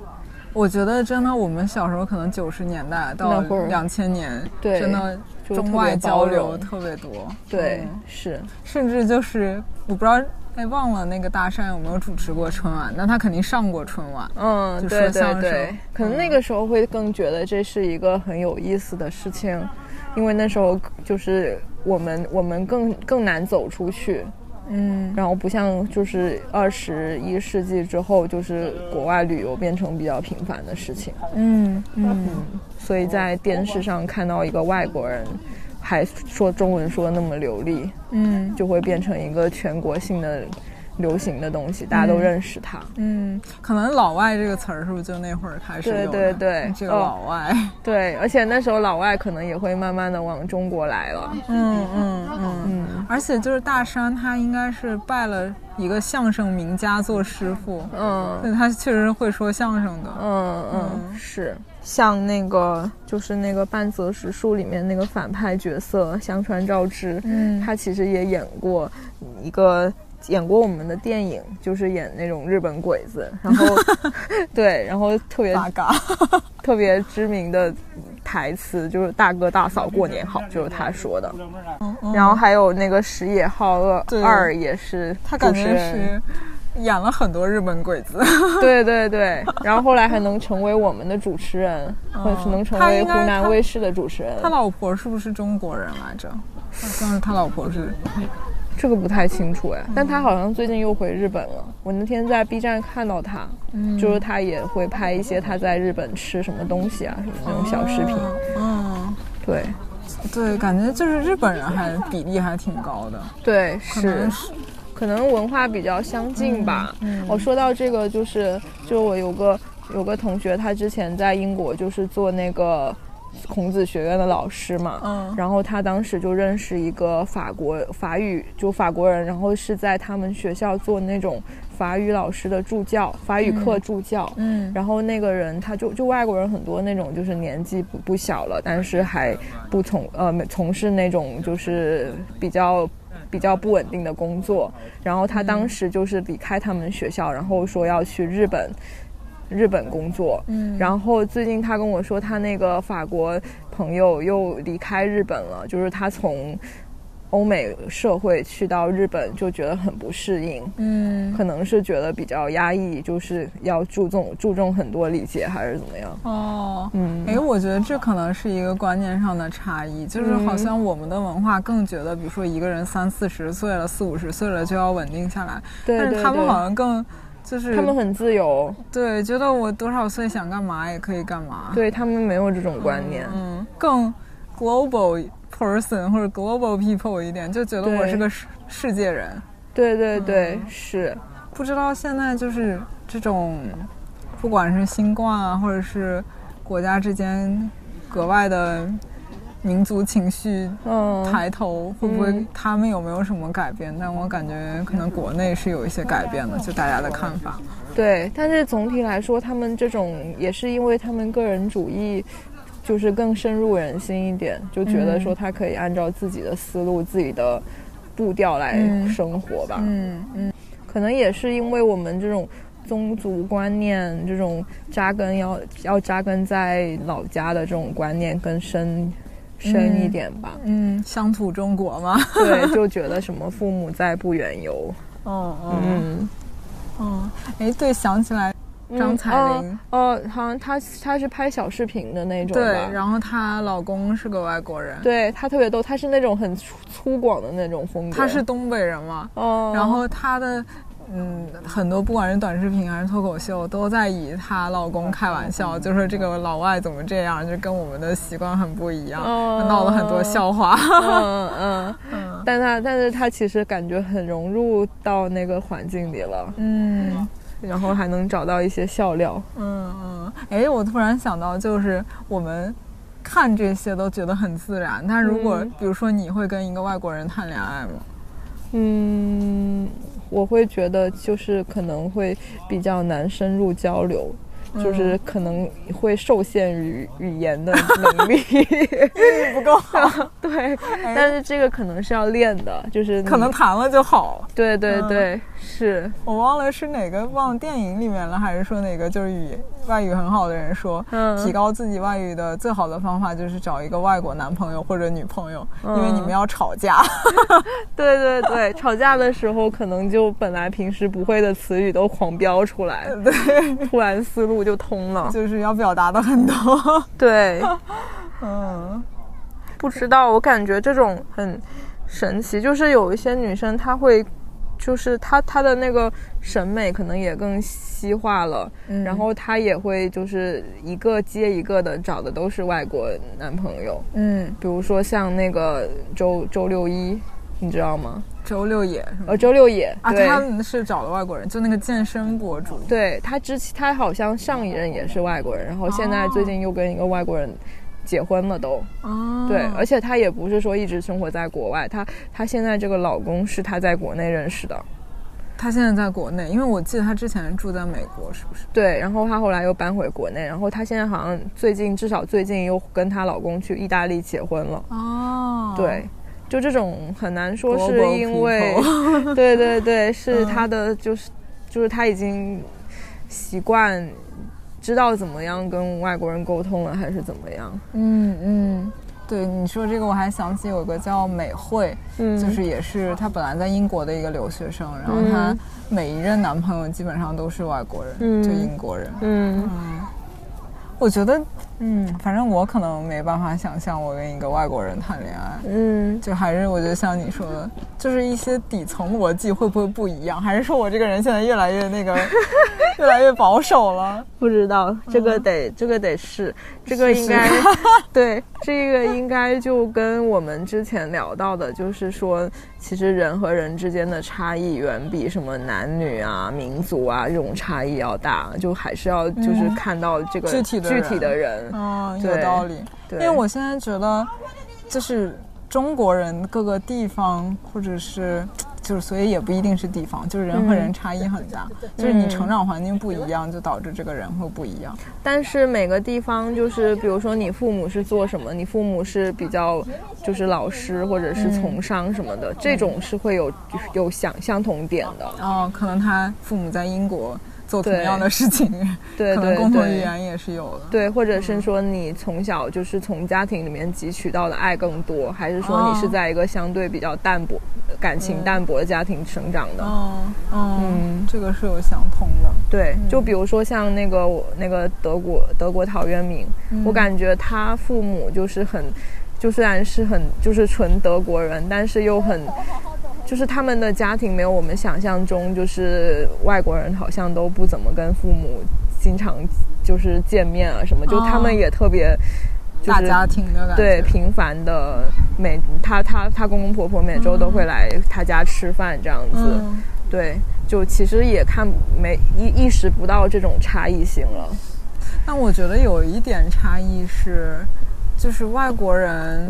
Speaker 3: 我觉得真的，我们小时候可能九十年代到
Speaker 2: 那会儿
Speaker 3: 两千年，
Speaker 2: 对
Speaker 3: 真的
Speaker 2: 就特
Speaker 3: 中
Speaker 2: 别
Speaker 3: 外交
Speaker 2: 包
Speaker 3: 流
Speaker 2: 容
Speaker 3: 特别多，
Speaker 2: 对
Speaker 3: 嗯，
Speaker 2: 是
Speaker 3: 甚至就是我不知道，哎，忘了那个大山有没有主持过春晚，但他肯定上过春晚。
Speaker 2: 嗯，
Speaker 3: 就
Speaker 2: 对
Speaker 3: 说相
Speaker 2: 对
Speaker 3: 声嗯
Speaker 2: 对，可能那个时候会更觉得这是一个很有意思的事情，因为那时候就是我们我们更更难走出去，
Speaker 3: 嗯，
Speaker 2: 然后不像就是二十一世纪之后，就是国外旅游变成比较频繁的事情，
Speaker 3: 嗯嗯，
Speaker 2: 所以在电视上看到一个外国人还说中文说得那么流利，
Speaker 3: 嗯
Speaker 2: 就会变成一个全国性的流行的东西，大家都认识他。
Speaker 3: 嗯，可能“老外”这个词儿是不是就那会儿开始有
Speaker 2: 对对
Speaker 3: 的
Speaker 2: 对
Speaker 3: 这个
Speaker 2: 哦
Speaker 3: 老外，
Speaker 2: 对，而且那时候老外可能也会慢慢的往中国来了。
Speaker 3: 嗯嗯嗯，而且就是大山，他应该是拜了一个相声名家做师傅，
Speaker 2: 嗯
Speaker 3: 对，他确实会说相声的。
Speaker 2: 嗯嗯，是像那个就是那个半泽直树里面那个反派角色香川照之，
Speaker 3: 嗯
Speaker 2: 他其实也演过一个演过我们的电影，就是演那种日本鬼子，然 后对，然后特别
Speaker 3: 八 嘎，
Speaker 2: 特别知名的台词就是“大哥大嫂过年好”，就是他说的。然后还有那个石野浩二
Speaker 3: 嗯对
Speaker 2: 二也是
Speaker 3: 他
Speaker 2: 主
Speaker 3: 感
Speaker 2: 持
Speaker 3: 觉
Speaker 2: 人，
Speaker 3: 是演了很多日本鬼子，
Speaker 2: 对对对。然后后来还能成为我们的主持人，或者是能成
Speaker 3: 哦他
Speaker 2: 为
Speaker 3: 应
Speaker 2: 湖
Speaker 3: 该
Speaker 2: 南
Speaker 3: 他
Speaker 2: 卫视的主持人，
Speaker 3: 他老婆是不是中国人来着？好像是他老婆是，
Speaker 2: 这个不太清楚
Speaker 3: 嗯
Speaker 2: 哎。但他好像最近又回日本了。我那天在 B 站看到他，
Speaker 3: 嗯
Speaker 2: 就是他也会拍一些他在日本吃什么东西啊，什么那种小视频。
Speaker 3: 嗯，
Speaker 2: 对
Speaker 3: 对，感觉就是日本人还比例还挺高的，
Speaker 2: 对
Speaker 3: 可能
Speaker 2: 是。可能文化比较相近吧。
Speaker 3: 嗯
Speaker 2: 我说到这个，就是就我有个有个同学，他之前在英国就是做那个孔子学院的老师嘛，
Speaker 3: 嗯
Speaker 2: 然后他当时就认识一个法国法语就法国人，然后是在他们学校做那种法语老师的助教，法语课助教，
Speaker 3: 嗯
Speaker 2: 然后那个人他就就外国人很多那种就是年纪不不小了，但是还不从呃没从事那种就是比较比较不稳定的工作。然后他当时就是离开他们学校，然后说要去日本日本工作。
Speaker 3: 嗯
Speaker 2: 然后最近他跟我说，他那个法国朋友又离开日本了，就是他从欧美社会去到日本就觉得很不适应。
Speaker 3: 嗯
Speaker 2: 可能是觉得比较压抑，就是要注重注重很多理解，还是怎么样？
Speaker 3: 哦，
Speaker 2: 嗯
Speaker 3: 哎，我觉得这可能是一个观念上的差异，就是好像我们的文化更觉得，比如说一个人三四十岁了、四五十岁了就要稳定下来，
Speaker 2: 对
Speaker 3: 但
Speaker 2: 对
Speaker 3: 是他嗯们
Speaker 2: 对
Speaker 3: 好像更就是
Speaker 2: 他们很自由，
Speaker 3: 对觉得我多少岁想干嘛也可以干嘛，
Speaker 2: 对他们没有这种观念。
Speaker 3: 嗯，更 global person 或者 global people 一点，就觉得我
Speaker 2: 对
Speaker 3: 是个世世界人。
Speaker 2: 对对对，
Speaker 3: 嗯
Speaker 2: 是，
Speaker 3: 不知道现在就是这种，不管是新冠啊，或者是国家之间格外的民族情绪
Speaker 2: 嗯，
Speaker 3: 抬头，会不会
Speaker 2: 嗯
Speaker 3: 他们有没有什么改变？但我感觉可能国内是有一些改变的，就大家的看法。
Speaker 2: 对。但是总体来说，他们这种也是因为他们个人主义。就是更深入人心一点，就觉得
Speaker 3: 嗯
Speaker 2: 说他可以按照自己的思路、自己的步调来
Speaker 3: 嗯
Speaker 2: 生活吧。
Speaker 3: 嗯嗯
Speaker 2: 可能也是因为我们这种宗族观念，这种扎根要要扎根在老家的这种观念更深深一点 吧。
Speaker 3: 嗯，乡土中国嘛。
Speaker 2: 对，就觉得什么父母在不远游。
Speaker 3: 哦哦
Speaker 2: 嗯，
Speaker 3: 哦，哎，对，想起来张彩玲。
Speaker 2: 哦，哦好像她她是拍小视频的那种
Speaker 3: 对，
Speaker 2: 吧。
Speaker 3: 然后她老公是个外国人，
Speaker 2: 对她特别逗，她是那种很粗粗犷的那种风格。
Speaker 3: 他是东北人嘛，
Speaker 2: 哦，
Speaker 3: 然后她的嗯，很多不管是短视频还是脱口秀，都在以她老公开玩笑，就说这个老外怎么这样，就跟我们的习惯很不一样，
Speaker 2: 哦
Speaker 3: 闹了很多笑话。
Speaker 2: 嗯嗯嗯，但她但是她其实感觉很融入到那个环境里了，
Speaker 3: 嗯
Speaker 2: 然后还能找到一些笑料。
Speaker 3: 嗯嗯，哎，我突然想到，就是我们。看这些都觉得很自然，但如果、
Speaker 2: 嗯
Speaker 3: 比如说你会跟一个外国人谈恋爱吗？
Speaker 2: 嗯，我会觉得就是可能会比较难深入交流，就是可能会受限于语言 的能力，
Speaker 3: 不够好， 哎
Speaker 2: 对。但是这个可能是要练的，就是
Speaker 3: 可能
Speaker 2: 你
Speaker 3: 谈了就好。
Speaker 2: 对对
Speaker 3: 嗯
Speaker 2: 对、是，
Speaker 3: 我忘了是哪个，忘了电影里面了，还是说哪个就是语外语很好的人说，
Speaker 2: 嗯
Speaker 3: 提高自己外语的最好的方法就是找一个外国男朋友或者女朋友，
Speaker 2: 嗯
Speaker 3: 因为你们要吵架。
Speaker 2: 对对对，吵架的时候可能就本来平时不会的词语都狂飙出 来，对，突然思路就通了。
Speaker 3: 就是要表达的很多。
Speaker 2: 对，
Speaker 3: 嗯，
Speaker 2: 不知道，我感觉这种很神奇，就是有一些女生她会，就是她她的那个审美可能也更西化了，
Speaker 3: 嗯
Speaker 2: 然后她也会就是一个接一个的找的都是外国男朋友，
Speaker 3: 嗯，
Speaker 2: 比如说像那个周周六一，你知道吗？
Speaker 3: 周六也是吗
Speaker 2: 呃，周六也
Speaker 3: 啊，
Speaker 2: 对。
Speaker 3: 他们是找了外国人，就那个健身博主。
Speaker 2: 对他之前，他好像上一任也是外国人，然后现在最近又跟一个外国人结婚了都。
Speaker 3: 哦，
Speaker 2: 对，而且他也不是说一直生活在国外，他他现在这个老公是他在国内认识的。
Speaker 3: 他现在在国内，因为我记得他之前住在美国，是不是？
Speaker 2: 对，然后她后来又搬回国内，然后她现在好像最近至少最近又跟她老公去意大利结婚了。
Speaker 3: 哦，
Speaker 2: 对，就这种很难说
Speaker 3: Global
Speaker 2: 是因为， 对对对，是他的就是就是他已经习惯知道怎么样跟外国人沟通了，还是怎么样？
Speaker 3: 嗯嗯，对，你说这个我还想起有个叫美惠，
Speaker 2: 嗯
Speaker 3: 就是也是她本来在英国的一个留学生，然后
Speaker 2: 嗯
Speaker 3: 她每一任男朋友基本上都是外国人，
Speaker 2: 嗯
Speaker 3: 就英国人。
Speaker 2: 嗯，
Speaker 3: 我觉得，嗯，反正我可能没办法想象我跟一个外国人谈恋爱。
Speaker 2: 嗯，
Speaker 3: 就还是我觉得像你说的，就是一些底层逻辑会不会不一样？还是说我这个人现在越来越 那个，越来越保守了？
Speaker 2: 不知道这个
Speaker 3: 嗯
Speaker 2: 得、这个得试，这个应 该对这个应该就跟我们之前聊到的，就是说，其实人和人之间的差异远比什么男女啊、民族啊这种差异要大，就还是要就是看到这个
Speaker 3: 嗯具体的
Speaker 2: 具
Speaker 3: 人
Speaker 2: 体的人，
Speaker 3: 嗯，有
Speaker 2: 对
Speaker 3: 道理。
Speaker 2: 对，
Speaker 3: 因为我现在觉得，就是中国人各个地方，或者是就是，所以也不一定是地方，就是人和人差异很
Speaker 2: 嗯
Speaker 3: 大，就是你成长环境不一样，就导致这个人会不一样。
Speaker 2: 但是每个地方就是，比如说你父母是做什么，你父母是比较就是老师或者是从商什么的，这种是会有有相相同点的。
Speaker 3: 然后哦可能他父母在英国做同
Speaker 2: 对
Speaker 3: 样的事情，
Speaker 2: 对
Speaker 3: 可能
Speaker 2: 对
Speaker 3: 共同语
Speaker 2: 对。
Speaker 3: 言也是有的。
Speaker 2: 对，或者是
Speaker 3: 嗯
Speaker 2: 说你从小就是从家庭里面汲取到的爱更多，还是说你是
Speaker 3: 哦
Speaker 2: 在一个相对比较淡薄、感情淡薄的家庭成长的？
Speaker 3: 嗯嗯，这个是有相通的。
Speaker 2: 对，
Speaker 3: 嗯
Speaker 2: 就比如说像那个我那个德国德国陶渊明，
Speaker 3: 嗯
Speaker 2: 我感觉他父母就是很，就虽然是很就是纯德国人，但是又很，就是他们的家庭没有我们想象中，就是外国人好像都不怎么跟父母经常就是见面啊什么，就他们也特别。就
Speaker 3: 哦大
Speaker 2: 是
Speaker 3: 家庭的感觉。
Speaker 2: 对，频繁的每他他他公公婆婆每周都会来他家吃饭这样子，
Speaker 3: 嗯
Speaker 2: 对，就其实也看没意意识不到这种差异性了，
Speaker 3: 但我觉得有一点差异是，就是外国人，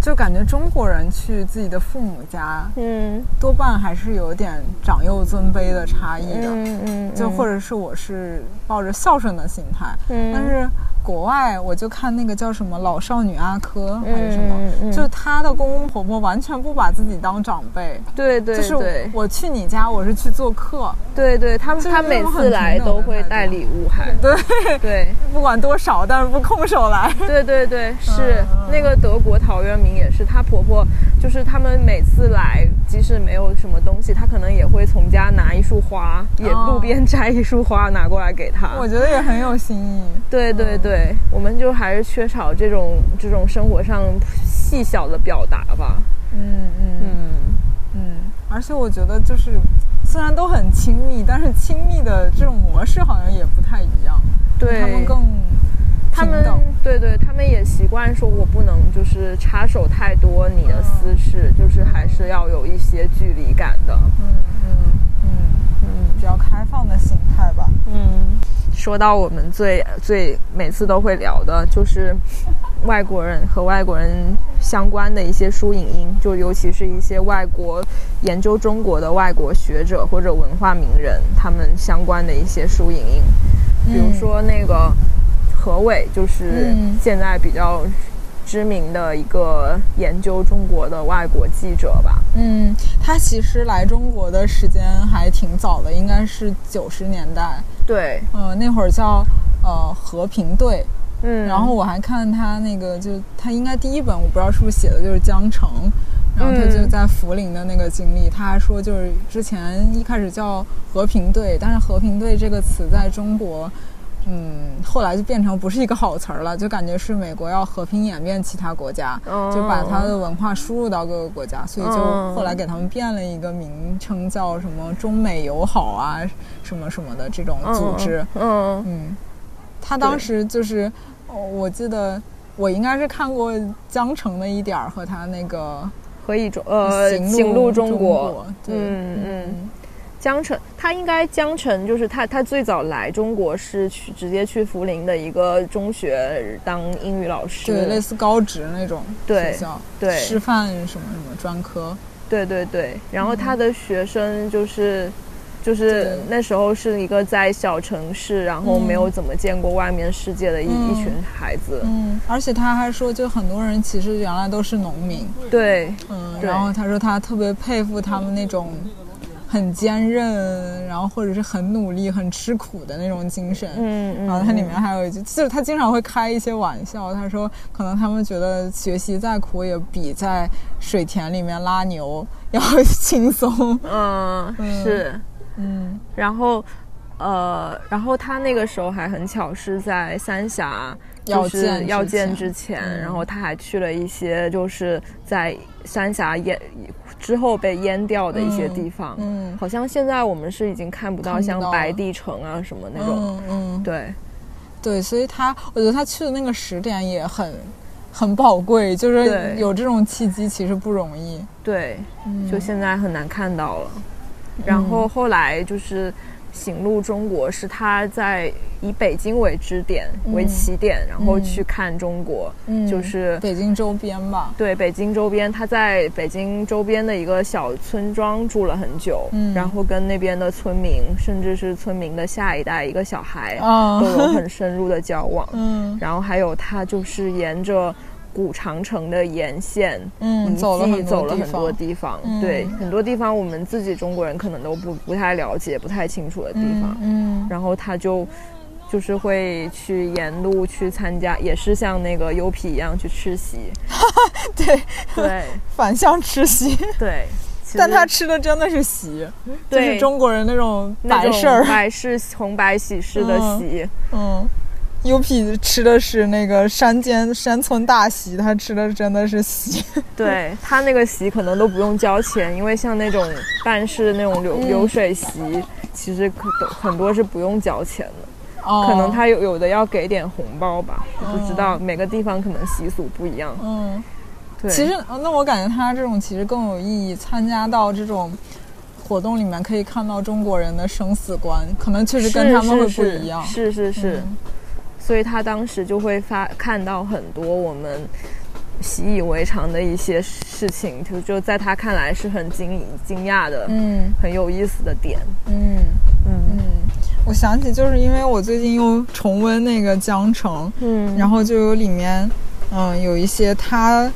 Speaker 3: 就感觉中国人去自己的父母家，
Speaker 2: 嗯
Speaker 3: 多半还是有点长幼尊卑的差异的。
Speaker 2: 嗯嗯，
Speaker 3: 就或
Speaker 2: 者
Speaker 3: 者是我是抱着孝顺的心态，
Speaker 2: 嗯
Speaker 3: 但是国外我就看那个叫什么老少女阿珂还是什么，
Speaker 2: 嗯嗯嗯
Speaker 3: 就是她的公公婆婆完全不把自己当长辈，
Speaker 2: 对对
Speaker 3: 就是
Speaker 2: 对
Speaker 3: 我去你家我是去做客，
Speaker 2: 对对，他们
Speaker 3: 就是
Speaker 2: 他
Speaker 3: 那
Speaker 2: 每
Speaker 3: 种
Speaker 2: 次
Speaker 3: 很
Speaker 2: 来
Speaker 3: 平等
Speaker 2: 都
Speaker 3: 的
Speaker 2: 会
Speaker 3: 态
Speaker 2: 带
Speaker 3: 度
Speaker 2: 礼物还，
Speaker 3: 对，
Speaker 2: 对
Speaker 3: 不管多少，但是不空手来。
Speaker 2: 对对对，是那个德国陶渊明也是，她婆婆就是他们每次来，即使没有什么东西，她可能也会从家拿一束花，也
Speaker 3: 哦
Speaker 2: 路边摘一束花拿过来给她。
Speaker 3: 我觉得也很有新意。
Speaker 2: 对对对，我们就还是缺少这种这种生活上细小的表达吧。
Speaker 3: 嗯嗯
Speaker 2: 嗯，
Speaker 3: 嗯，而且我觉得就是虽然都很亲密，但是亲密的这种模式好像也不太一样，
Speaker 2: 对，
Speaker 3: 他们更
Speaker 2: 他们
Speaker 3: 平等。
Speaker 2: 对对，他们也习惯说我不能就是插手太多你的私事，就是还是要有一些距离感的。
Speaker 3: 嗯嗯，比较开放的心态吧。
Speaker 2: 嗯，说到我们最最每次都会聊的，就是外国人和外国人相关的一些书影音，就尤其是一些外国研究中国的外国学者或者文化名人，他们相关的一些书影音。比如说那个何伟，就是
Speaker 3: 嗯
Speaker 2: 现在比较知名的一个研究中国的外国记者吧。
Speaker 3: 嗯，他其实来中国的时间还挺早的，应该是九十年代，
Speaker 2: 对，
Speaker 3: 呃，那会儿叫呃和平队，
Speaker 2: 嗯，
Speaker 3: 然后我还看他那个，就他应该第一本我不知道是不是写的就是江城，然后他就
Speaker 2: 嗯
Speaker 3: 在涪陵的那个经历，他还说就是之前一开始叫和平队，但是和平队这个词在中国。嗯，后来就变成不是一个好词儿了，就感觉是美国要和平演变其他国家，就把它
Speaker 2: 哦
Speaker 3: 的文化输入到各个国家，所以就
Speaker 2: 嗯
Speaker 3: 后来给他们变了一个名称，叫什么中美友好啊，什么什么的这种组织。
Speaker 2: 嗯，嗯，
Speaker 3: 嗯，他当
Speaker 2: 对
Speaker 3: 时就是，哦我记得我应该是看过江城的一点儿和他那个
Speaker 2: 何以中呃
Speaker 3: 行路
Speaker 2: 行路
Speaker 3: 中
Speaker 2: 国，
Speaker 3: 对，
Speaker 2: 嗯嗯，江城，他应该江城就是他，他最早来中国是去直接去涪陵的一个中学当英语老师，
Speaker 3: 对，类似高职那种学
Speaker 2: 对
Speaker 3: 校，
Speaker 2: 对
Speaker 3: 师范什么什么专科，
Speaker 2: 对对对，然后他的学生就是。就是
Speaker 3: 嗯对
Speaker 2: 那时候是一个在小城市，然后没有
Speaker 3: 嗯
Speaker 2: 怎么见过外面世界的一、
Speaker 3: 嗯
Speaker 2: 一群孩子，
Speaker 3: 嗯，而且他还说，就很多人其实原来都是农民，
Speaker 2: 对
Speaker 3: 嗯，
Speaker 2: 对
Speaker 3: 然后他说他特别佩服他们那种。很坚韧，然后或者是很努力、很吃苦的那种精神，
Speaker 2: 嗯嗯，
Speaker 3: 然后它里
Speaker 2: 嗯
Speaker 3: 面还有一句，就是他经常会开一些玩笑，他说可能他们觉得学习再苦也比在水田里面拉牛要 轻松。
Speaker 2: 嗯
Speaker 3: 嗯
Speaker 2: 是，
Speaker 3: 嗯
Speaker 2: 然后呃，然后他那个时候还很巧，是在三峡
Speaker 3: 要
Speaker 2: 就是
Speaker 3: 见之
Speaker 2: 要见
Speaker 3: 前
Speaker 2: 之前，
Speaker 3: 嗯
Speaker 2: 然后他还去了一些就是在三峡淹之后被淹掉的一些地方，
Speaker 3: 嗯
Speaker 2: 好像现在我们是已经看不到
Speaker 3: 看不
Speaker 2: 像
Speaker 3: 到
Speaker 2: 白
Speaker 3: 了
Speaker 2: 帝城啊什么那种，
Speaker 3: 嗯嗯，
Speaker 2: 对，
Speaker 3: 对，所以他我觉得他去的那个时点也很很宝贵，就是
Speaker 2: 对
Speaker 3: 有这种契机其实不容易。
Speaker 2: 对，
Speaker 3: 嗯
Speaker 2: 就现在很难看到了。然后后来就是《行路中国》是他在以北京为支点、为
Speaker 3: 嗯
Speaker 2: 起点，然后
Speaker 3: 嗯
Speaker 2: 去看中国，
Speaker 3: 嗯
Speaker 2: 就是
Speaker 3: 北京周边吧。
Speaker 2: 对北京周边，他在北京周边的一个小村庄住了很久，
Speaker 3: 嗯
Speaker 2: 然后跟那边的村民，甚至是村民的下一代一个小孩，
Speaker 3: 啊
Speaker 2: 都，有很深入的交往。
Speaker 3: 嗯
Speaker 2: 然后还有他就是沿着古长城的沿线，
Speaker 3: 嗯，
Speaker 2: 遗
Speaker 3: 走了
Speaker 2: 迹
Speaker 3: 很
Speaker 2: 走了
Speaker 3: 地
Speaker 2: 很多
Speaker 3: 方。
Speaker 2: 地方，
Speaker 3: 嗯
Speaker 2: 对，很多地方我们自己中国人可能都不不太了解、不太清楚的地方。
Speaker 3: 嗯，
Speaker 2: 然后他就就是会去沿路去参加，也是像那个优皮一样去吃席，
Speaker 3: 对，
Speaker 2: 对
Speaker 3: 反向吃席，
Speaker 2: 对。其
Speaker 3: 但
Speaker 2: 实
Speaker 3: 他吃的真的是席。就是
Speaker 2: 对
Speaker 3: 中国人那种
Speaker 2: 那
Speaker 3: 白
Speaker 2: 种
Speaker 3: 事儿。
Speaker 2: 白事红白喜事的
Speaker 3: 嗯
Speaker 2: 席，
Speaker 3: 嗯，U P 吃的是那个山间山村大席，他吃的真的是席。
Speaker 2: 对他那个席可能都不用交钱，因为像那种办事那种流、
Speaker 3: 嗯
Speaker 2: 流水席，其实可都很多是不用交钱的。
Speaker 3: 哦
Speaker 2: 可能他有有的要给点红包吧，我不知道每个地方可能习俗不一样。
Speaker 3: 嗯，
Speaker 2: 对，
Speaker 3: 其实呃那我感觉他这种其实更有意义，参加到这种。活动里面可以看到中国人的生死观，可能确实跟他们会不一样。嗯
Speaker 2: 是是是是所以他当时就会发看到很多我们习以为常的一些事情，就就在他看来是很惊惊讶的，
Speaker 3: 嗯
Speaker 2: 很有意思的点。
Speaker 3: 嗯
Speaker 2: 嗯
Speaker 3: 嗯，我想起就是因为我最近又重温那个江城，
Speaker 2: 嗯
Speaker 3: 然后就有里面，嗯，有一些他，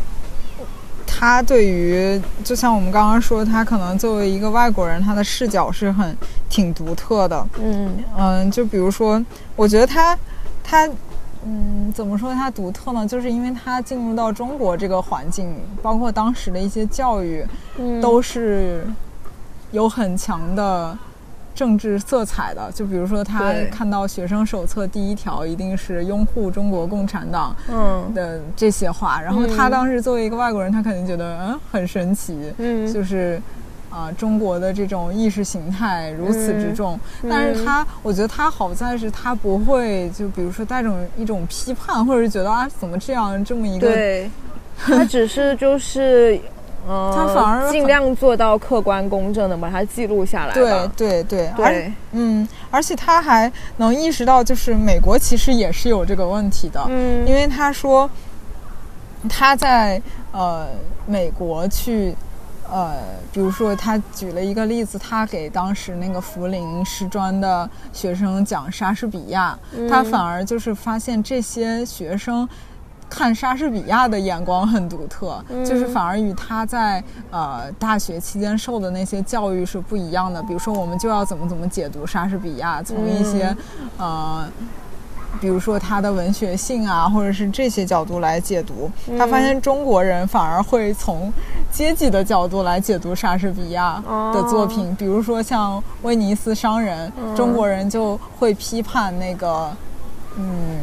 Speaker 3: 他对于就像我们刚刚说，他可能作为一个外国人，他的视角是很挺独特的。
Speaker 2: 嗯
Speaker 3: 嗯，就比如说，我觉得他，他，嗯，怎么说他独特呢？就是因为他进入到中国这个环境，包括当时的一些教育，
Speaker 2: 嗯
Speaker 3: 都是有很强的政治色彩的。就比如说，他
Speaker 2: 对
Speaker 3: 看到学生手册第一条一定是拥护中国共产党
Speaker 2: 嗯
Speaker 3: 的这些话，然后
Speaker 2: 嗯
Speaker 3: 他当时作为一个外国人，他肯定觉得嗯很神奇，
Speaker 2: 嗯
Speaker 3: 就是。啊，中国的这种意识形态如此之重，
Speaker 2: 嗯
Speaker 3: 但是他，我觉得他好在是他不会，就比如说带种一种批判，或者是觉得啊怎么这样这么一个
Speaker 2: 对，他只是就是。呃，
Speaker 3: 他反而
Speaker 2: 尽
Speaker 3: 很
Speaker 2: 量做到客观公正的把它记录下来吧。
Speaker 3: 对对对，而
Speaker 2: 对，
Speaker 3: 嗯，而且他还能意识到，就是美国其实也是有这个问题的，
Speaker 2: 嗯
Speaker 3: 因为他说他在呃美国去呃，比如说他举了一个例子，他给当时那个涪陵师专的学生讲莎士比亚，他反而就是发现这些学生。看莎士比亚的眼光很独特，就是反而与他在呃大学期间受的那些教育是不一样的。比如说，我们就要怎么怎么解读莎士比亚，从一些、呃，比如说他的文学性啊，或者是这些角度来解读。
Speaker 2: 嗯
Speaker 3: 他发现中国人反而会从阶级的角度来解读莎士比亚
Speaker 2: 哦
Speaker 3: 的作品，比如说像《威尼斯商人》，
Speaker 2: 嗯
Speaker 3: 中国人就会批判那个，嗯。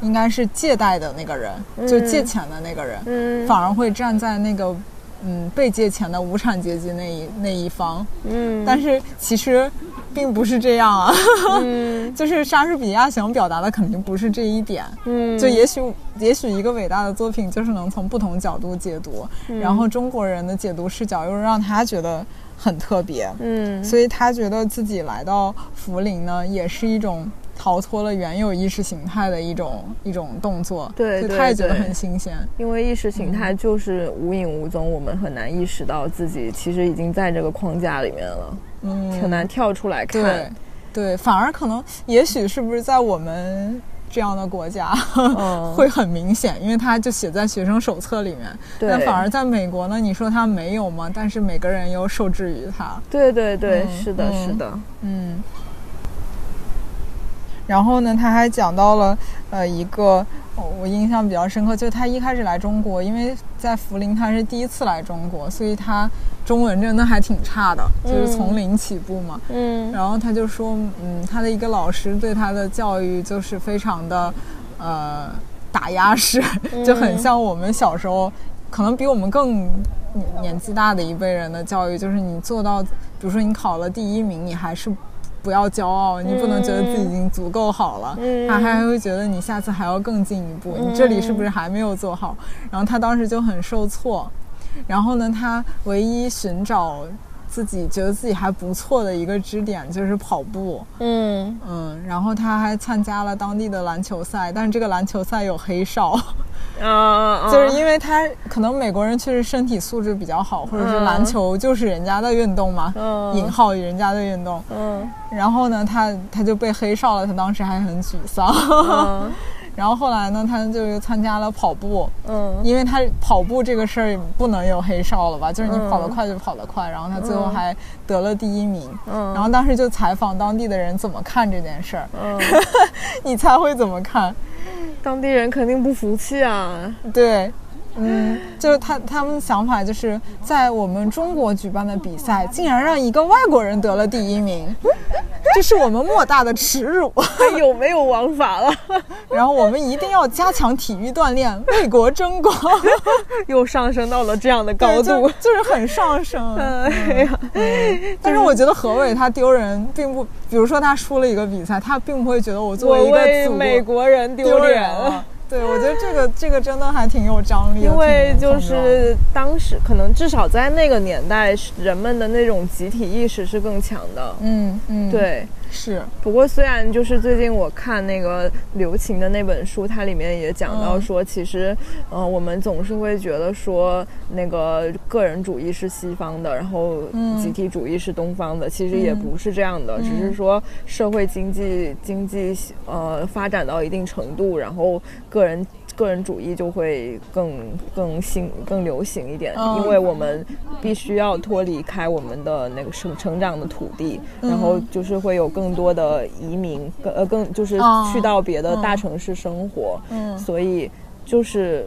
Speaker 3: 应该是借贷的那个人，就借钱的那个人，
Speaker 2: 嗯
Speaker 3: 反而会站在那个嗯被借钱的无产阶级那一那一方。
Speaker 2: 嗯
Speaker 3: 但是其实并不是这样啊，
Speaker 2: 嗯
Speaker 3: 就是莎士比亚想表达的肯定不是这一点。
Speaker 2: 嗯，
Speaker 3: 就也许，也许一个伟大的作品就是能从不同角度解读，
Speaker 2: 嗯
Speaker 3: 然后中国人的解读视角又让他觉得很特别，
Speaker 2: 嗯
Speaker 3: 所以他觉得自己来到涪陵呢，也是一种逃脱了原有意识形态的一种一种动作。
Speaker 2: 对
Speaker 3: 所以
Speaker 2: 对
Speaker 3: 他也觉得
Speaker 2: 对
Speaker 3: 很新鲜。
Speaker 2: 因为意识形态
Speaker 3: 嗯
Speaker 2: 就是无影无踪，我们很难意识到自己其实已经在这个框架里面了，
Speaker 3: 嗯，
Speaker 2: 很难跳出来
Speaker 3: 对
Speaker 2: 看。
Speaker 3: 对，反而可能，也许是不是在我们这样的国家、
Speaker 2: 嗯，
Speaker 3: 会很明显，因为它就写在学生手册里面。
Speaker 2: 对
Speaker 3: 但反而在美国呢，你说它没有吗？但是每个人又受制于它。
Speaker 2: 对对对，
Speaker 3: 嗯
Speaker 2: 是的，
Speaker 3: 嗯
Speaker 2: 是的，
Speaker 3: 嗯。然后呢，他还讲到了呃一个哦我印象比较深刻，就是他一开始来中国，因为在涪陵他是第一次来中国，所以他中文真的还挺差的，就是从零起步嘛。
Speaker 2: 嗯
Speaker 3: 然后他就说，嗯，他的一个老师对他的教育就是非常的，呃，打压式，
Speaker 2: 嗯
Speaker 3: 就很像我们小时候，可能比我们更年年纪大的一辈人的教育，就是你做到，比如说你考了第一名，你还是。不要骄傲，你不能觉得自己已经足够好了，他还会觉得你下次还要更进一步，你这里是不是还没有做好？然后他当时就很受挫，然后呢，他唯一寻找自己觉得自己还不错的一个支点就是跑步，
Speaker 2: 嗯，
Speaker 3: 嗯，然后他还参加了当地的篮球赛，但是这个篮球赛有黑哨，
Speaker 2: 啊啊，
Speaker 3: 就是因为他可能美国人确实身体素质比较好，或者是篮球就是人家的运动嘛，
Speaker 2: 嗯
Speaker 3: 引号人家的运动，
Speaker 2: 嗯
Speaker 3: 然后呢，他他就被黑哨了，他当时还很沮丧，
Speaker 2: 嗯
Speaker 3: 然后后来呢，他就参加了跑步，
Speaker 2: 嗯
Speaker 3: 因为他跑步这个事儿不能有黑哨了吧？就是你跑得快就跑得快，然后他最后还得了第一名。
Speaker 2: 嗯
Speaker 3: 然后当时就采访当地的人怎么看这件事儿，
Speaker 2: 嗯，
Speaker 3: 你猜会怎么看？
Speaker 2: 当地人肯定不服气 啊，
Speaker 3: 对，嗯，就是他他们想法就是在我们中国举办的比赛，竟然让一个外国人得了第一名，这是我们莫大的耻辱。
Speaker 2: 还哎有没有王法了？
Speaker 3: 然后我们一定要加强体育锻炼，为国争光，
Speaker 2: 又上升到了这样的
Speaker 3: 对
Speaker 2: 高
Speaker 3: 就嗯
Speaker 2: 度。
Speaker 3: 就是很上升。
Speaker 2: 哎呀，
Speaker 3: 但是我觉得何伟他丢人，并不，比如说他输了一个比赛，他并不会觉得我
Speaker 2: 我
Speaker 3: 作为一个
Speaker 2: 为
Speaker 3: 祖
Speaker 2: 美
Speaker 3: 国
Speaker 2: 国人
Speaker 3: 丢
Speaker 2: 丢脸了
Speaker 3: 了。。对，我觉得这个这个真的还挺有张力的，
Speaker 2: 因为
Speaker 3: 挺有
Speaker 2: 就
Speaker 3: 冲撞力
Speaker 2: 是当时可能至少在那个年代，人们的那种集体意识是更强的。
Speaker 3: 嗯嗯，，
Speaker 2: 对，
Speaker 3: 是
Speaker 2: 不过虽然就是最近我看那个刘擎的那本书，它里面也讲到说，其实，呃，我们总是会觉得说那个个人主义是西方的，然后
Speaker 3: 嗯
Speaker 2: 集体主义是东方的，其实也不是这样的，只是
Speaker 3: 嗯
Speaker 2: 说社会经济经济呃发展到一定程度，然后个人。个人主义就会更更兴更流行一点，
Speaker 3: 嗯
Speaker 2: 因为我们必须要脱离开我们的那个成成长的土地，
Speaker 3: 嗯
Speaker 2: 然后就是会有更多的移民，更呃更就是
Speaker 3: 哦
Speaker 2: 去到别的大城市生活，
Speaker 3: 嗯
Speaker 2: 所以就是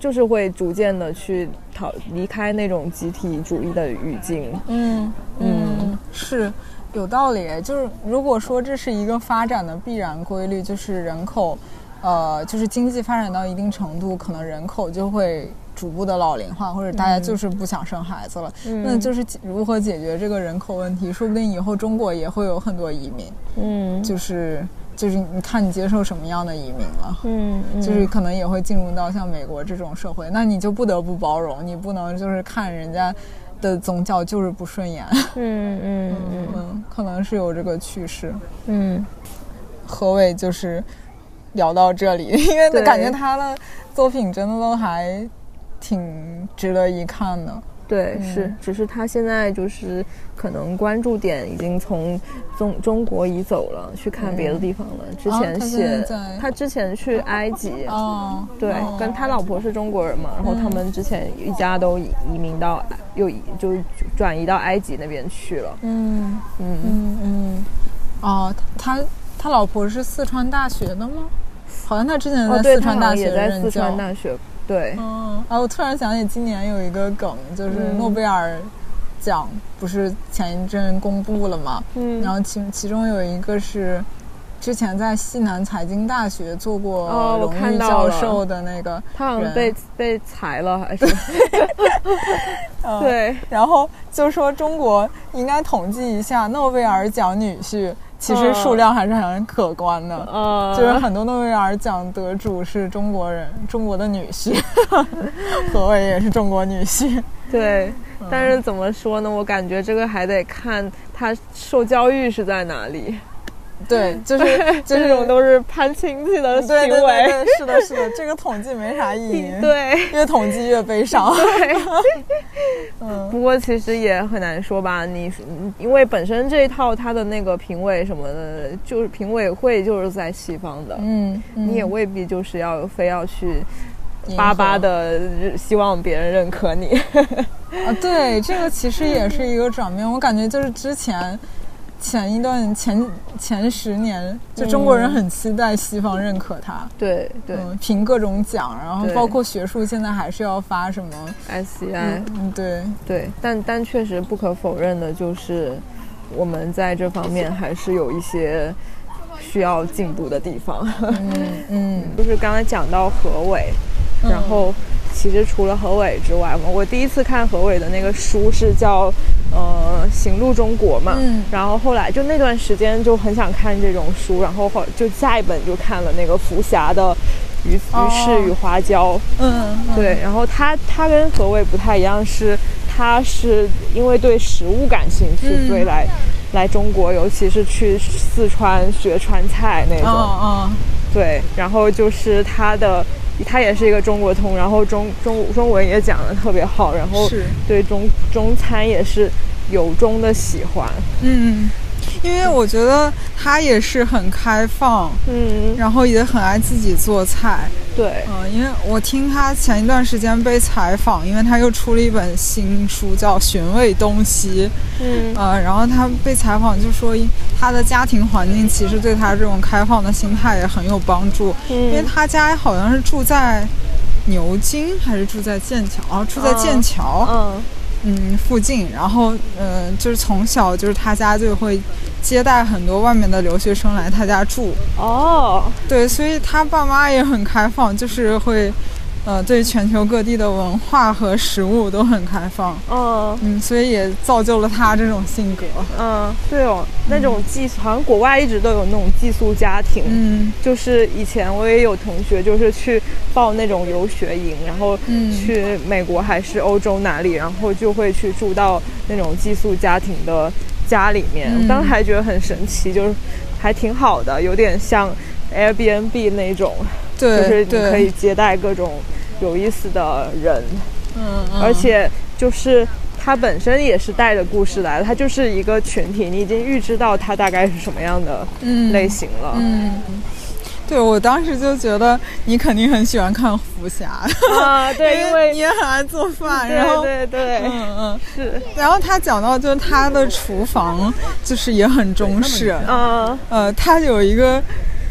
Speaker 2: 就是会逐渐的去逃离开那种集体主义的语境，
Speaker 3: 嗯嗯是。有道理，就是如果说这是一个发展的必然规律，就是人口，呃，就是经济发展到一定程度，可能人口就会逐步的老龄化，或者大家就是不想生孩子了，
Speaker 2: 嗯
Speaker 3: 那就是解如何解决这个人口问题，说不定以后中国也会有很多移民，
Speaker 2: 嗯
Speaker 3: 就是就是你看你接受什么样的移民了。
Speaker 2: 嗯
Speaker 3: 就是可能也会进入到像美国这种社会，那你就不得不包容，你不能就是看人家的宗教就是不顺眼，
Speaker 2: 嗯嗯
Speaker 3: 嗯，可能是有这个趋势。
Speaker 2: 嗯
Speaker 3: 何伟就是聊到这 里，因为
Speaker 2: 对
Speaker 3: 感觉他的作品真的都还挺值得一看的。
Speaker 2: 对，是，只是他现在就是可能关注点已经从中中国移走了，去看别的地方了。之
Speaker 3: 啊
Speaker 2: 前
Speaker 3: 嗯他现
Speaker 2: 写、
Speaker 3: 在在
Speaker 2: 他之前去埃及，
Speaker 3: 哦，
Speaker 2: 对，
Speaker 3: 哦嗯
Speaker 2: 跟他老婆是中国人嘛，然后他们之前一家都移移民到又移就转移到埃及那边去了。
Speaker 3: 嗯
Speaker 2: 嗯，
Speaker 3: 嗯嗯，哦，他他老婆是四川大学的吗？好像他之前
Speaker 2: 哦，
Speaker 3: 在
Speaker 2: 对，
Speaker 3: 四
Speaker 2: 他
Speaker 3: 川
Speaker 2: 好
Speaker 3: 大
Speaker 2: 像
Speaker 3: 学
Speaker 2: 也在
Speaker 3: 任
Speaker 2: 四
Speaker 3: 教。
Speaker 2: 川大学，对，
Speaker 3: 嗯，啊，我突然想起今年有一个梗，就是
Speaker 2: 嗯
Speaker 3: 诺贝尔奖不是前一阵公布了吗？
Speaker 2: 嗯
Speaker 3: 然后其其中有一个是之前在西南财经大学做过
Speaker 2: 哦我
Speaker 3: 荣
Speaker 2: 看
Speaker 3: 誉
Speaker 2: 到
Speaker 3: 教
Speaker 2: 了
Speaker 3: 授的那个，
Speaker 2: 他好像
Speaker 3: 人
Speaker 2: 被被裁了 还是？
Speaker 3: 嗯
Speaker 2: 对，
Speaker 3: 然后就说中国应该统计一下诺贝尔奖女婿，其实数量还是很可观的。
Speaker 2: 呃，
Speaker 3: 就是很多诺贝尔奖得主是中国人，中国的女婿， 何伟也是中国女婿。
Speaker 2: 对，
Speaker 3: 嗯
Speaker 2: 但是怎么说呢？我感觉这个还得看他受教育是在哪里。
Speaker 3: 对，就是就
Speaker 2: 这
Speaker 3: 是
Speaker 2: 种都是攀亲戚的行
Speaker 3: 对对
Speaker 2: 为，，，
Speaker 3: 对对，是的，是的，这个统计没啥意义
Speaker 2: 对
Speaker 3: 越统计越悲伤。
Speaker 2: 对。
Speaker 3: 嗯
Speaker 2: 不过其实也很难说吧，你你因为本身这一套它的那个评委什么的，就是评委会就是在西方的，
Speaker 3: 嗯，
Speaker 2: 你也未必就是要非要去巴巴的希望别人认可你。
Speaker 3: 啊，对，这个其实也是一个转变。我感觉就是之前前一段前前十年，就中国人很期待西方认可他，
Speaker 2: 对对
Speaker 3: 嗯，评各种奖，然后
Speaker 2: 对
Speaker 3: 包括学术现在还是要发什么，
Speaker 2: ，SCI
Speaker 3: 嗯，嗯对，
Speaker 2: 对，但但确实不可否认的就是，我们在这方面还是有一些需要进步的地方。
Speaker 3: 嗯嗯
Speaker 2: 就是刚才讲到何伟，然后其实除了何伟之外嘛，我第一次看何伟的那个书是叫呃《行路中国》嘛，
Speaker 3: 嗯
Speaker 2: 然后后来就那段时间就很想看这种书，然后后就下一本就看了那个福霞的鱼。鱼
Speaker 3: 哦
Speaker 2: 翅与花椒，
Speaker 3: 嗯，嗯，
Speaker 2: 对，然后他他跟何伟不太一样，是他是因为对食物感兴趣，
Speaker 3: 嗯
Speaker 2: 所以来来中国，尤其是去四川学川菜那种。
Speaker 3: 哦哦，
Speaker 2: 对，然后就是他的，他也是一个中国通，然后中中中文也讲的特别好，然后
Speaker 3: 是
Speaker 2: 对中中餐也是由衷的喜欢。
Speaker 3: 嗯，因为我觉得他也是很开放，
Speaker 2: 嗯，
Speaker 3: 然后也很爱自己做菜。
Speaker 2: 对，
Speaker 3: 嗯，因为我听他前一段时间被采访，因为他又出了一本新书叫《寻味东西》，
Speaker 2: 嗯
Speaker 3: 呃，然后他被采访就说他的家庭环境其实对他这种开放的心态也很有帮助，因为
Speaker 2: 嗯，
Speaker 3: 他家好像是住在牛津还是住在剑桥，哦，住在剑桥，
Speaker 2: 嗯
Speaker 3: 嗯，附近，然后嗯、呃就是从小就是他家就会接待很多外面的留学生来他家住，
Speaker 2: 哦，
Speaker 3: 对，所以他爸妈也很开放，就是会，呃，对全球各地的文化和食物都很开放。
Speaker 2: 嗯。
Speaker 3: 嗯，所以也造就了他这种性格。
Speaker 2: 嗯，对哦，那种寄宿，好像国外一直都有那种寄宿家庭。
Speaker 3: 嗯
Speaker 2: 就是以前我也有同学，就是去报那种游学营，然后
Speaker 3: 嗯
Speaker 2: 去美国还是欧洲哪里，然后就会去住到那种寄宿家庭的家里面。
Speaker 3: 嗯
Speaker 2: 我当时还觉得很神奇，就是还挺好的，有点像 Airbnb 那种，就
Speaker 3: 对，
Speaker 2: 是你
Speaker 3: 对
Speaker 2: 可以，接待各种有意思的人。
Speaker 3: 嗯，嗯
Speaker 2: 而且就是它本身也是带着故事来的，它就是一个群体，你已经预知到它大概是什么样的
Speaker 3: 嗯
Speaker 2: 类型了。
Speaker 3: 嗯。对，我当时就觉得你肯定很喜欢看《福霞》，
Speaker 2: 啊， 对，因
Speaker 3: 哎你
Speaker 2: 为
Speaker 3: 也很爱做饭，然
Speaker 2: 对
Speaker 3: 后
Speaker 2: 对对，
Speaker 3: 嗯嗯，
Speaker 2: 是，
Speaker 3: 然后他讲到就是他的厨房就是也很中式，
Speaker 2: 嗯
Speaker 3: 呃，它有一个，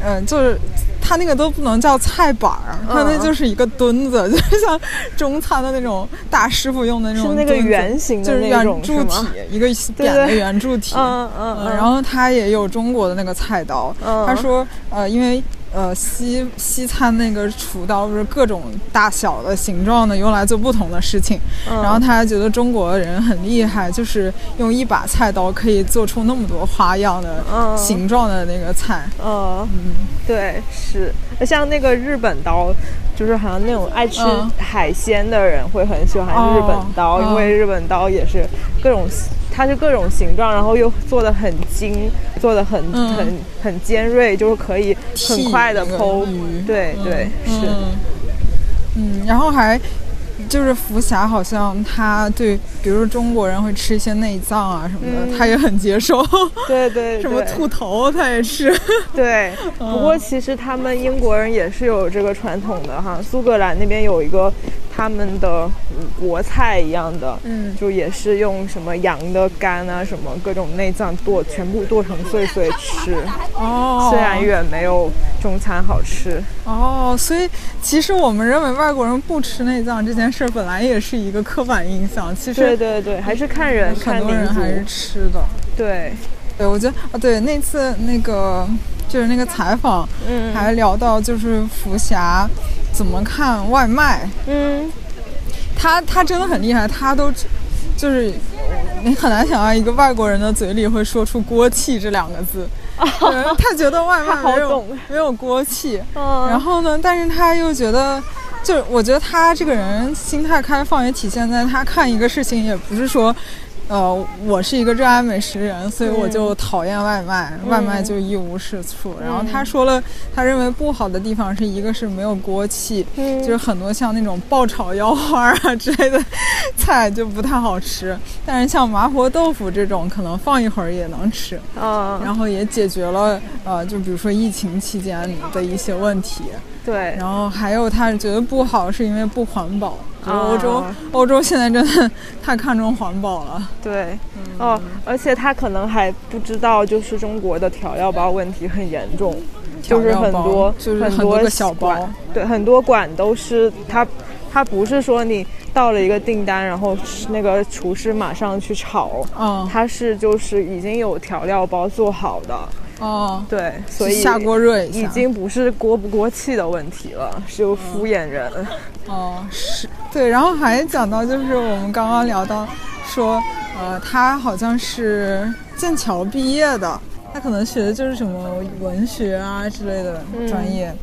Speaker 3: 呃，就是它那个都不能叫菜板儿，
Speaker 2: 嗯
Speaker 3: 它那就是一个墩子， 就是像中餐的那种大师傅用的那种
Speaker 2: 是
Speaker 3: 墩
Speaker 2: 那
Speaker 3: 子，
Speaker 2: 个圆形的
Speaker 3: 就是
Speaker 2: 那
Speaker 3: 圆
Speaker 2: 种
Speaker 3: 柱
Speaker 2: 是
Speaker 3: 体
Speaker 2: 吗，
Speaker 3: 一个扁的
Speaker 2: 对
Speaker 3: 圆柱体。
Speaker 2: 嗯嗯
Speaker 3: 嗯，然后它也有中国的那个菜刀，
Speaker 2: 嗯
Speaker 3: 他说，呃，因为呃西西餐那个厨刀不是各种大小的、形状的，用来做不同的事情，
Speaker 2: 嗯
Speaker 3: 然后他还觉得中国人很厉害，就是用一把菜刀可以做出那么多花样的、
Speaker 2: 嗯
Speaker 3: 形状的那个菜。
Speaker 2: 嗯，对，是，像那个日本刀。就是好像那种爱吃
Speaker 3: 嗯
Speaker 2: 海鲜的人会很喜欢日本刀，
Speaker 3: 哦
Speaker 2: 因为日本刀也是各种，它是各种形状，然后又做的很精，做的很、
Speaker 3: 嗯
Speaker 2: 很很尖锐，就是可以很快的
Speaker 3: 剔那个
Speaker 2: 剖
Speaker 3: 鱼。
Speaker 2: 对对、是，
Speaker 3: 嗯嗯，嗯，然后还就是福霞好像他对，比如说中国人会吃一些内脏啊什么的，
Speaker 2: 嗯
Speaker 3: 他也很接受，
Speaker 2: 对对，
Speaker 3: 什么
Speaker 2: 对
Speaker 3: 兔头他也吃。
Speaker 2: 对，不过其实他们英国人也是有这个传统的哈，苏格兰那边有一个他们的嗯国菜一样的，
Speaker 3: 嗯
Speaker 2: 就也是用什么羊的肝啊，什么各种内脏剁，全部剁成碎碎吃，
Speaker 3: 哦，
Speaker 2: 虽然远没有中餐好吃。
Speaker 3: 哦，所以其实我们认为外国人不吃内脏这件事儿，本来也是一个刻板印象，其
Speaker 2: 对
Speaker 3: 实
Speaker 2: 对对，还是看人
Speaker 3: 很
Speaker 2: 看
Speaker 3: 多
Speaker 2: 民
Speaker 3: 人
Speaker 2: 族
Speaker 3: 还。是吃的。
Speaker 2: 对，
Speaker 3: 对，我觉得啊，对，那次那个就是那个采访，
Speaker 2: 嗯
Speaker 3: 还聊到就是福霞怎么看外卖，
Speaker 2: 嗯，
Speaker 3: 他他真的很厉害，他都就是你很难想象一个外国人的嘴里会说出“锅气”这两个字。嗯 他觉得外卖
Speaker 2: 他好
Speaker 3: 没有
Speaker 2: 懂
Speaker 3: 没有锅气，
Speaker 2: 嗯
Speaker 3: 然后呢，但是他又觉得，就是我觉得他这个人心态开放，也体现在他看一个事情，也不是说，呃，我是一个热爱美食人，所以我就
Speaker 2: 嗯
Speaker 3: 讨厌外卖，外卖就一无是处。然后
Speaker 2: 嗯
Speaker 3: 他说了，他认为不好的地方是一个是没有锅气，
Speaker 2: 嗯
Speaker 3: 就是很多像那种爆炒腰花啊之类的菜就不太好吃，但是像麻婆豆腐这种，可能放一会儿也能吃。
Speaker 2: 嗯，
Speaker 3: 然后也解决了，呃，就比如说疫情期间的一些问题，
Speaker 2: 对，
Speaker 3: 然后还有他觉得不好是因为不环保，觉得欧洲、
Speaker 2: 啊
Speaker 3: 欧洲现在真的 太看重环保了。
Speaker 2: 对，
Speaker 3: 嗯
Speaker 2: 哦，而且他可能还不知道，就是中国的调料包问题很严重，就是
Speaker 3: 调料
Speaker 2: 很
Speaker 3: 包
Speaker 2: 多
Speaker 3: 就是
Speaker 2: 很
Speaker 3: 很多个小
Speaker 2: 馆
Speaker 3: 包，
Speaker 2: 对，很多馆都是他，他不是说你到了一个订单，然后那个厨师马上去炒，
Speaker 3: 嗯
Speaker 2: 他是就是已经有调料包做好的，
Speaker 3: 哦，
Speaker 2: 对，所以
Speaker 3: 下锅热一下，嗯
Speaker 2: 已经不是锅不锅气的问题了，是有敷衍人，
Speaker 3: 哦是对，然后还讲到就是我们刚刚聊到说，呃，他好像是剑桥毕业的，他可能学的就是什么文学啊之类的
Speaker 2: 嗯
Speaker 3: 专业。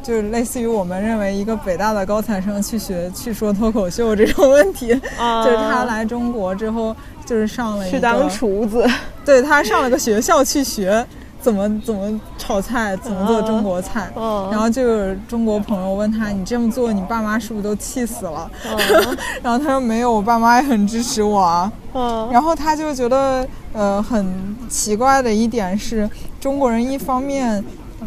Speaker 3: 就是类似于我们认为一个北大的高材生去学去说脱口秀这种问题，
Speaker 2: 啊
Speaker 3: 就是他来中国之后，就是上了一
Speaker 2: 去
Speaker 3: 个
Speaker 2: 当厨子，
Speaker 3: 对他上了个学校去学怎么怎么炒菜，怎么做中国菜。
Speaker 2: 嗯
Speaker 3: 然后就有中国朋友问他：“你这么做，你爸妈是不是都气死了？” 然后他说：“没有，我爸妈也很支持我啊。”
Speaker 2: 嗯
Speaker 3: 然后他就觉得，呃，很奇怪的一点是，中国人一方面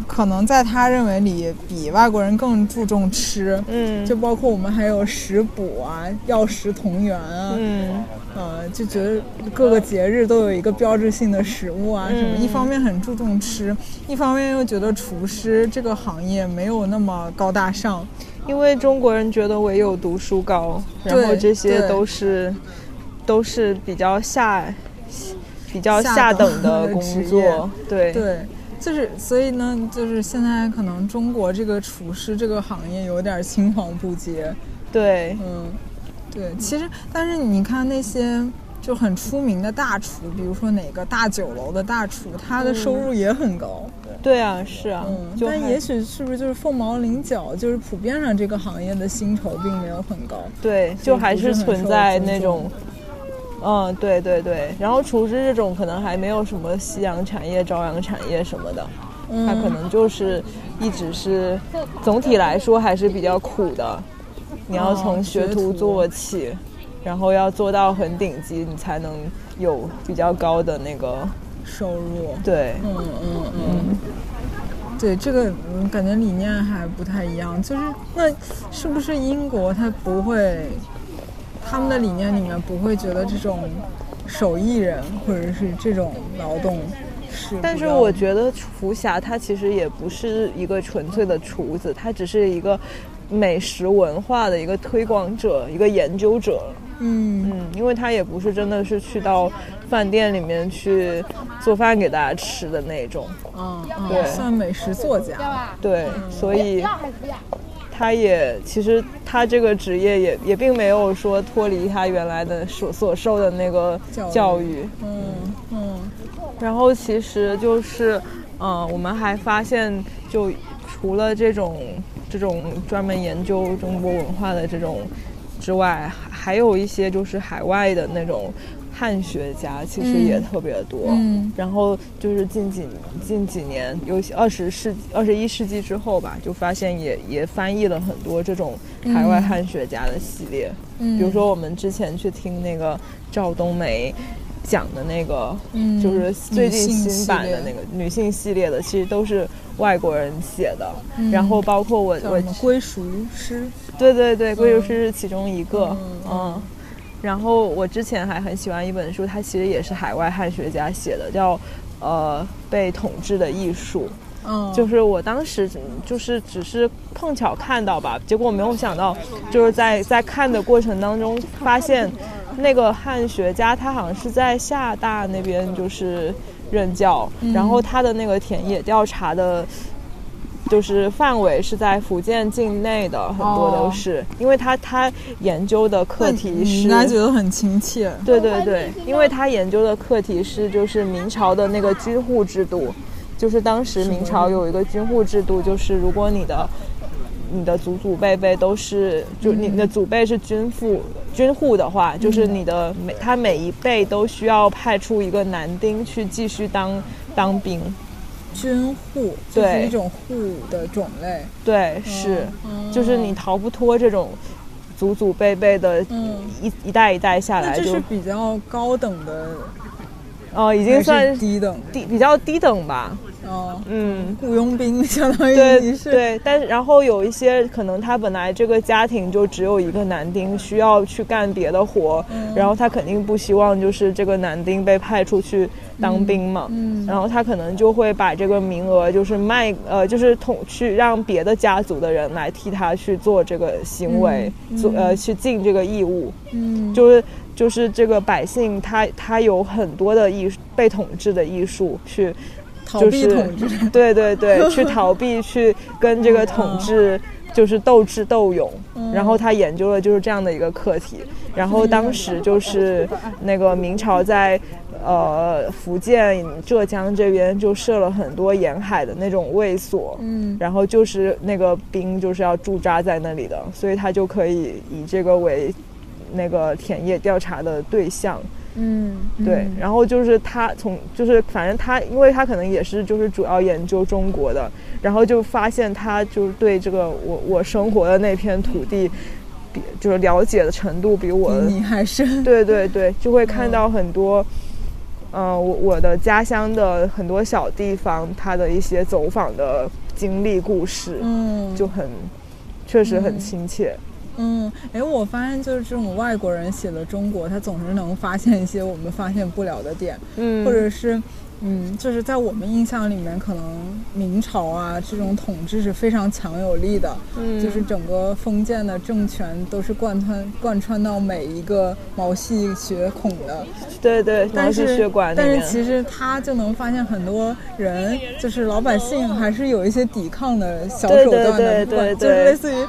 Speaker 3: 可能在他认为里比外国人更注重吃，
Speaker 2: 嗯
Speaker 3: 就包括我们还有食补啊、药食同源啊，
Speaker 2: 嗯
Speaker 3: 呃，就觉得各个节日都有一个标志性的食物啊，什么、一方面很注重吃，一方面又觉得厨师这个行业没有那么高大上，
Speaker 2: 因为中国人觉得唯有读书高，然后
Speaker 3: 对
Speaker 2: 这些
Speaker 3: 对
Speaker 2: 都是都是比较下比较
Speaker 3: 下
Speaker 2: 下
Speaker 3: 等
Speaker 2: 等的
Speaker 3: 的
Speaker 2: 工
Speaker 3: 职
Speaker 2: 作，对
Speaker 3: 对。就是，所以呢，就是现在可能中国这个厨师这个行业有点青黄不接，
Speaker 2: 对
Speaker 3: 嗯，对，其实但是你看那些就很出名的大厨，比如说哪个大酒楼的大厨，他的收入也很高，
Speaker 2: 对啊，是啊，
Speaker 3: 嗯，
Speaker 2: 就
Speaker 3: 但
Speaker 2: 还
Speaker 3: 也许是不是就是凤毛麟角，就是普遍上这个行业的薪酬并没有很高，
Speaker 2: 对，就还
Speaker 3: 不是
Speaker 2: 是
Speaker 3: 很
Speaker 2: 存
Speaker 3: 受
Speaker 2: 在
Speaker 3: 尊
Speaker 2: 那
Speaker 3: 重
Speaker 2: 种。嗯，对对对，然后厨师这种可能还没有什么夕阳产业、朝阳产业什么的，
Speaker 3: 嗯
Speaker 2: 它可能就是一直是总体来说还是比较苦的，你要
Speaker 3: 哦
Speaker 2: 从学
Speaker 3: 学
Speaker 2: 徒
Speaker 3: 徒
Speaker 2: 做起，然后要做到很顶级，你才能有比较高的那个
Speaker 3: 收入，
Speaker 2: 对，
Speaker 3: 嗯嗯嗯，对，这个嗯感觉理念还不太一样，就是那是不是英国他不会，他们的理念里面不会觉得这种手艺人或者是这种劳动是比较，
Speaker 2: 但是我觉得福霞她其实也不是一个纯粹的厨子，她只是一个美食文化的一个推广者、一个研究者。
Speaker 3: 嗯。
Speaker 2: 嗯，因为她也不是真的是去到饭店里面去做饭给大家吃的那种。
Speaker 3: 嗯，嗯
Speaker 2: 对
Speaker 3: 算美食作家，
Speaker 2: 对，
Speaker 3: 嗯
Speaker 2: 所以她也其实她这个职业也也并没有说脱离她原来的所所受的那个
Speaker 3: 教育
Speaker 2: 教育
Speaker 3: 嗯嗯
Speaker 2: 然后其实就是，呃，我们还发现，就除了这种这种专门研究中国文化的这种之外，还还有一些就是海外的那种。汉学家其实也
Speaker 3: 嗯
Speaker 2: 特别多，
Speaker 3: 嗯
Speaker 2: 然后就是近几近几年，尤其二十世二十一世纪之后吧，就发现也也翻译了很多这种海外
Speaker 3: 嗯
Speaker 2: 汉学家的系列，
Speaker 3: 嗯，
Speaker 2: 比如说我们之前去听那个赵冬梅讲的那个，
Speaker 3: 嗯
Speaker 2: 就是最近
Speaker 3: 女性
Speaker 2: 新版的
Speaker 3: 系
Speaker 2: 那
Speaker 3: 列
Speaker 2: 个女性系列的，其实都是外国人写的。
Speaker 3: 嗯
Speaker 2: 然后包括我
Speaker 3: 叫
Speaker 2: 我
Speaker 3: 什么归属诗，
Speaker 2: 对对对，贵州师是其中一个，嗯
Speaker 3: 嗯。
Speaker 2: 然后我之前还很喜欢一本书，它其实也是海外汉学家写的，叫《呃被统治的艺术》。
Speaker 3: 嗯，
Speaker 2: 就是我当时就是只是碰巧看到吧，结果没有想到，就是在在看的过程当中发现，那个汉学家他好像是在厦大那边就是任教，
Speaker 3: 嗯
Speaker 2: 然后他的那个田野调查的。就是范围是在福建境内的，很多都是，因为他他研究的课
Speaker 3: 哦那
Speaker 2: 题
Speaker 3: 你
Speaker 2: 是
Speaker 3: 应该觉得很亲切，
Speaker 2: 对对对，因为他研究的课题是就是明朝的那个军户制度，就是当时明朝有一个军户制度，就是如果你的你的祖祖辈辈都是就你的祖辈是军户军户的话，就是你的每他每一辈都需要派出一个男丁去继续当当兵。
Speaker 3: 军户就是
Speaker 2: 对
Speaker 3: 一种户的种类，
Speaker 2: 对，是，
Speaker 3: 嗯
Speaker 2: 就是你逃不脱这种祖祖辈辈的
Speaker 3: 嗯
Speaker 2: 一一代一代下
Speaker 3: 那
Speaker 2: 来
Speaker 3: 这
Speaker 2: 就是
Speaker 3: 比较高等的，
Speaker 2: 哦，已
Speaker 3: 还
Speaker 2: 经
Speaker 3: 是
Speaker 2: 算
Speaker 3: 低等的，
Speaker 2: 低比较低等吧，
Speaker 3: 嗯，
Speaker 2: 嗯。
Speaker 3: 雇佣兵相当于
Speaker 2: 对
Speaker 3: 你是
Speaker 2: 对，但是然后有一些可能他本来这个家庭就只有一个男丁，需要去干别的活，
Speaker 3: 嗯
Speaker 2: 然后他肯定不希望就是这个男丁被派出去当兵嘛，
Speaker 3: 嗯嗯
Speaker 2: 然后他可能就会把这个名额就是卖呃就是统去让别的家族的人来替他去做这个行为，做呃去尽这个义务，
Speaker 3: 嗯，
Speaker 2: 就是。就是这个百姓他，他有很多的艺术被统治的艺术去
Speaker 3: 逃
Speaker 2: 就
Speaker 3: 避
Speaker 2: 是
Speaker 3: 统治， 嗯
Speaker 2: 对对对，去逃避，去跟这个统治就是斗智斗勇。然后他研究的就是这样的一个课题。然
Speaker 3: 嗯
Speaker 2: 后当时就是那个明朝在呃福建、浙江这边就设了很多沿海的那种卫所。
Speaker 3: 嗯
Speaker 2: 然后就是那个兵就是要驻扎在那里的，所以他就可以以这个为那个田野调查的对象。
Speaker 3: 嗯，
Speaker 2: 对，然后就是他从就是反正他，因为他可能也是就是主要研究中国的，然后就发现他就是对这个我我生活的那片土地，比就是了解的程度比我
Speaker 3: 比你还深，
Speaker 2: 对对对，呃就会看到很多，嗯、我我的家乡的很多小地方，他的一些走访的经历故事，
Speaker 3: 嗯，
Speaker 2: 就很确实很亲切。
Speaker 3: 嗯，哎，我发现就是这种外国人写的中国，他总是能发现一些我们发现不了的点，
Speaker 2: 嗯，
Speaker 3: 或者是，嗯，就是在我们印象里面，可能明朝啊这种统治是非常强有力的，
Speaker 2: 嗯
Speaker 3: 就是整个封建的政权都是贯穿贯穿到每一个毛细血孔的，
Speaker 2: 对对，毛
Speaker 3: 但
Speaker 2: 细
Speaker 3: 是
Speaker 2: 血管里
Speaker 3: 但
Speaker 2: 面，
Speaker 3: 是其实他就能发现很多人，就是老百姓还是有一些抵抗的小
Speaker 2: 对
Speaker 3: 手
Speaker 2: 对
Speaker 3: 段的，
Speaker 2: 对
Speaker 3: 不
Speaker 2: 对
Speaker 3: 管就是
Speaker 2: 对
Speaker 3: 类似于。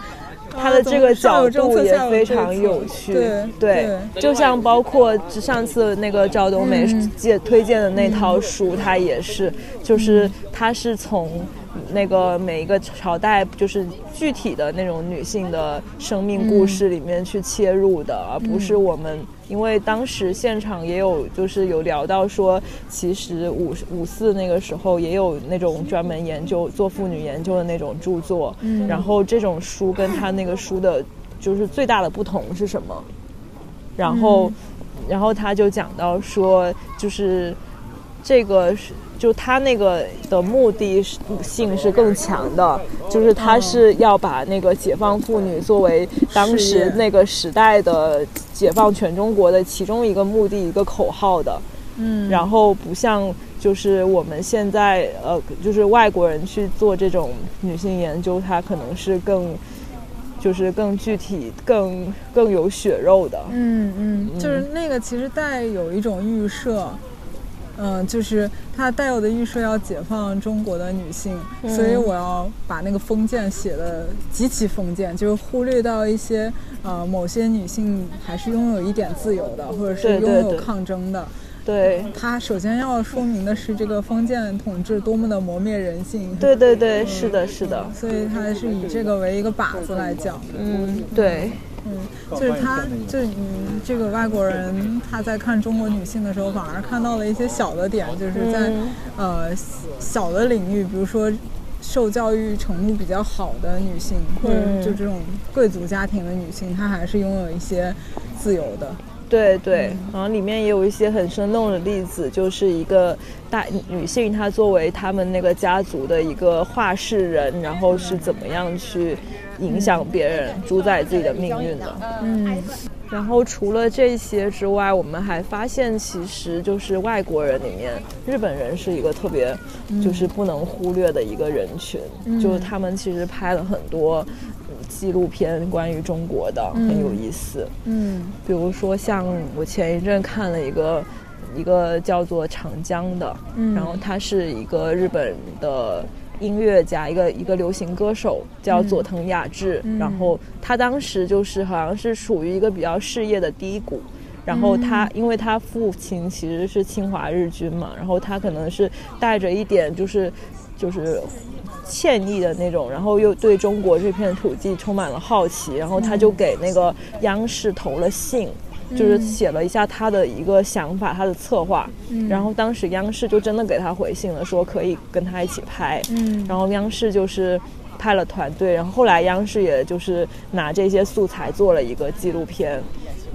Speaker 2: 他
Speaker 3: 啊
Speaker 2: 的
Speaker 3: 怎
Speaker 2: 这
Speaker 3: 么
Speaker 2: 个
Speaker 3: 上
Speaker 2: 角
Speaker 3: 有政
Speaker 2: 度
Speaker 3: 策
Speaker 2: 也
Speaker 3: 下
Speaker 2: 非
Speaker 3: 有对
Speaker 2: 常
Speaker 3: 策
Speaker 2: 有趣，
Speaker 3: 对
Speaker 2: 就像包括上次那个赵冬梅介推荐的那套书，它也是，就是它是从那个每一个朝代，就是具体的那种女性的生命故事里面去切入的，而不是我们。因为当时现场也有，就是有聊到说，其实五五四那个时候也有那种专门研究做妇女研究的那种著作，然后这种书跟他那个书的，就是最大的不同是什么？然后，
Speaker 3: 嗯
Speaker 2: 然后他就讲到说，就是这个是，就他那个的目的是性是更强的，就是他
Speaker 3: 嗯
Speaker 2: 是要把那个解放妇女作为当
Speaker 3: 事业
Speaker 2: 时那个时代的解放全中国的其中一个目的一个口号的，
Speaker 3: 嗯，
Speaker 2: 然后不像就是我们现在呃，就是外国人去做这种女性研究，它可能是更。就是更具体、更更有血肉的，
Speaker 3: 嗯嗯，就是那个其实带有一种预设，嗯、就是它带有的预设要解放中国的女性，
Speaker 2: 嗯
Speaker 3: 所以我要把那个封建写的极其封建，就是忽略到一些呃某些女性还是拥有一点自由的，或者
Speaker 2: 对对
Speaker 3: 是拥有
Speaker 2: 对
Speaker 3: 抗争的。
Speaker 2: 对，
Speaker 3: 它首先要说明的是这个封建统治多么的磨灭人性，
Speaker 2: 对对对，是的，是的，
Speaker 3: 所以它是以这个为一个靶子来讲的。
Speaker 2: 嗯，对，
Speaker 3: 嗯，就是他，就是你这个外国人，他在看中国女性的时候，反而看到了一些小的点，就是在、
Speaker 4: 嗯
Speaker 3: 呃小的领域，比如说受教育程度比较好的女性，或
Speaker 2: 嗯
Speaker 3: 者就这种贵族家庭的女性，她还是拥有一些自由的。
Speaker 2: 对对，然后里面也有一些很生动的例子，就是一个大女性，她作为他们那个家族的一个画室人，然后是怎么样去影响别人、主宰自己的命运的。
Speaker 3: 嗯
Speaker 2: 然后除了这些之外，我们还发现，其实就是外国人里面，日本人是一个特别就是不能忽略的一个人群，就是他们其实拍了很多嗯纪录片关于中国的，很有意思。
Speaker 3: 嗯
Speaker 2: 比如说像我前一阵看了一个一个叫做长江的，
Speaker 3: 嗯
Speaker 2: 然后他是一个日本的音乐家，一个一个流行歌手叫佐藤雅治，然后他当时就是好像是属于一个比较事业的低谷。然后他，因为他父亲其实是侵华日军嘛，然后他可能是带着一点就是，就是歉意的那种，然后又对中国这片土地充满了好奇，然后他就给那个央视投了信，
Speaker 3: 嗯
Speaker 2: 就是写了一下他的一个想法，他的策划，
Speaker 3: 嗯
Speaker 2: 然后当时央视就真的给他回信了，说可以跟他一起拍，
Speaker 3: 嗯
Speaker 2: 然后央视就是派了团队，然后后来央视也就是拿这些素材做了一个纪录片，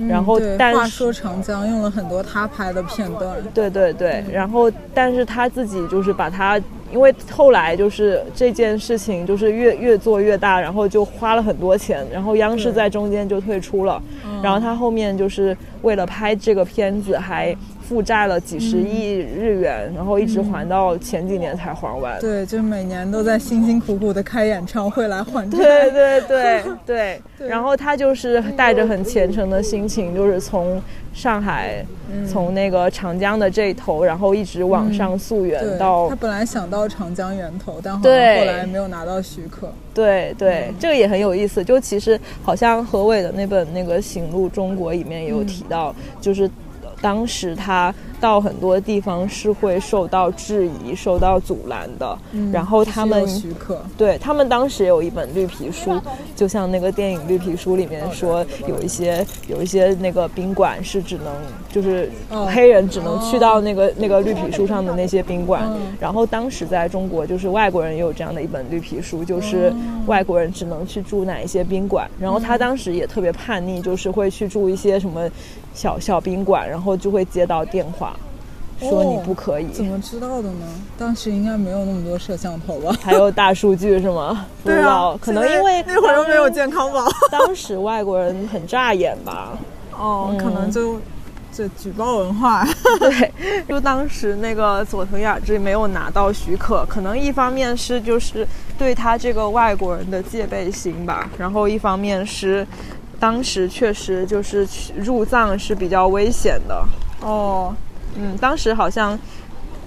Speaker 2: 然后
Speaker 3: 嗯对
Speaker 2: 但
Speaker 3: 话
Speaker 2: 是
Speaker 3: 说长江用了很多他拍的片段。
Speaker 2: 对对对，
Speaker 3: 嗯
Speaker 2: 然后但是他自己就是把他，因为后来就是这件事情就是越越做越大，然后就花了很多钱，然后央视在中间就退出了，
Speaker 3: 嗯
Speaker 2: 然后他后面就是为了拍这个片子还负债了几十亿日元，然后一直还到前几年才还完。
Speaker 3: 对，就是每年都在辛辛苦苦的开演唱会来还债。
Speaker 2: 对对对 对，然后他就是带着很虔诚的心情，就是从上海，
Speaker 3: 嗯
Speaker 2: 从那个长江的这一头，然后一直往上溯源
Speaker 3: 对
Speaker 2: 到
Speaker 3: 他本来想到长江源头，但好像
Speaker 2: 对
Speaker 3: 后来没有拿到许可。
Speaker 2: 对
Speaker 3: 嗯
Speaker 2: 对，这个也很有意思。就其实好像何伟的那本那个《行路中国》里面也有提到，
Speaker 3: 嗯
Speaker 2: 就是当时他到很多地方是会受到质疑、受到阻拦的。然后他们
Speaker 3: 只是嗯有许可，
Speaker 2: 对他们当时有一本绿皮书，就像那个电影《绿皮书》里面说，有一些有一些那个宾馆是只能就是
Speaker 3: 哦
Speaker 2: 黑人只能去到那个那个绿皮书上的那些宾馆
Speaker 3: 嗯。
Speaker 2: 然后当时在中国，就是外国人也有这样的一本绿皮书，就是外国人只能去住哪一些宾馆。
Speaker 3: 嗯
Speaker 2: 然后他当时也特别叛逆，就是会去住一些什么小小宾馆，然后就会接到电话说你
Speaker 3: 哦
Speaker 2: 不可以。
Speaker 3: 怎么知道的呢？当时应该没有那么多摄像头 吧？
Speaker 2: 还有大数据是吗？不知道，可能因为
Speaker 3: 啊 那会儿又没有
Speaker 2: 当
Speaker 3: 健康宝，
Speaker 2: 当时外国人很扎眼吧？
Speaker 3: 哦，可能就这举报文化。
Speaker 2: 对， 就当时那个佐藤雅治没有拿到许可，可能一方面是就是对他这个外国人的戒备心吧，然后一方面是。当时确实就是去入藏是比较危险的，
Speaker 3: 哦，
Speaker 2: 嗯，当时好像，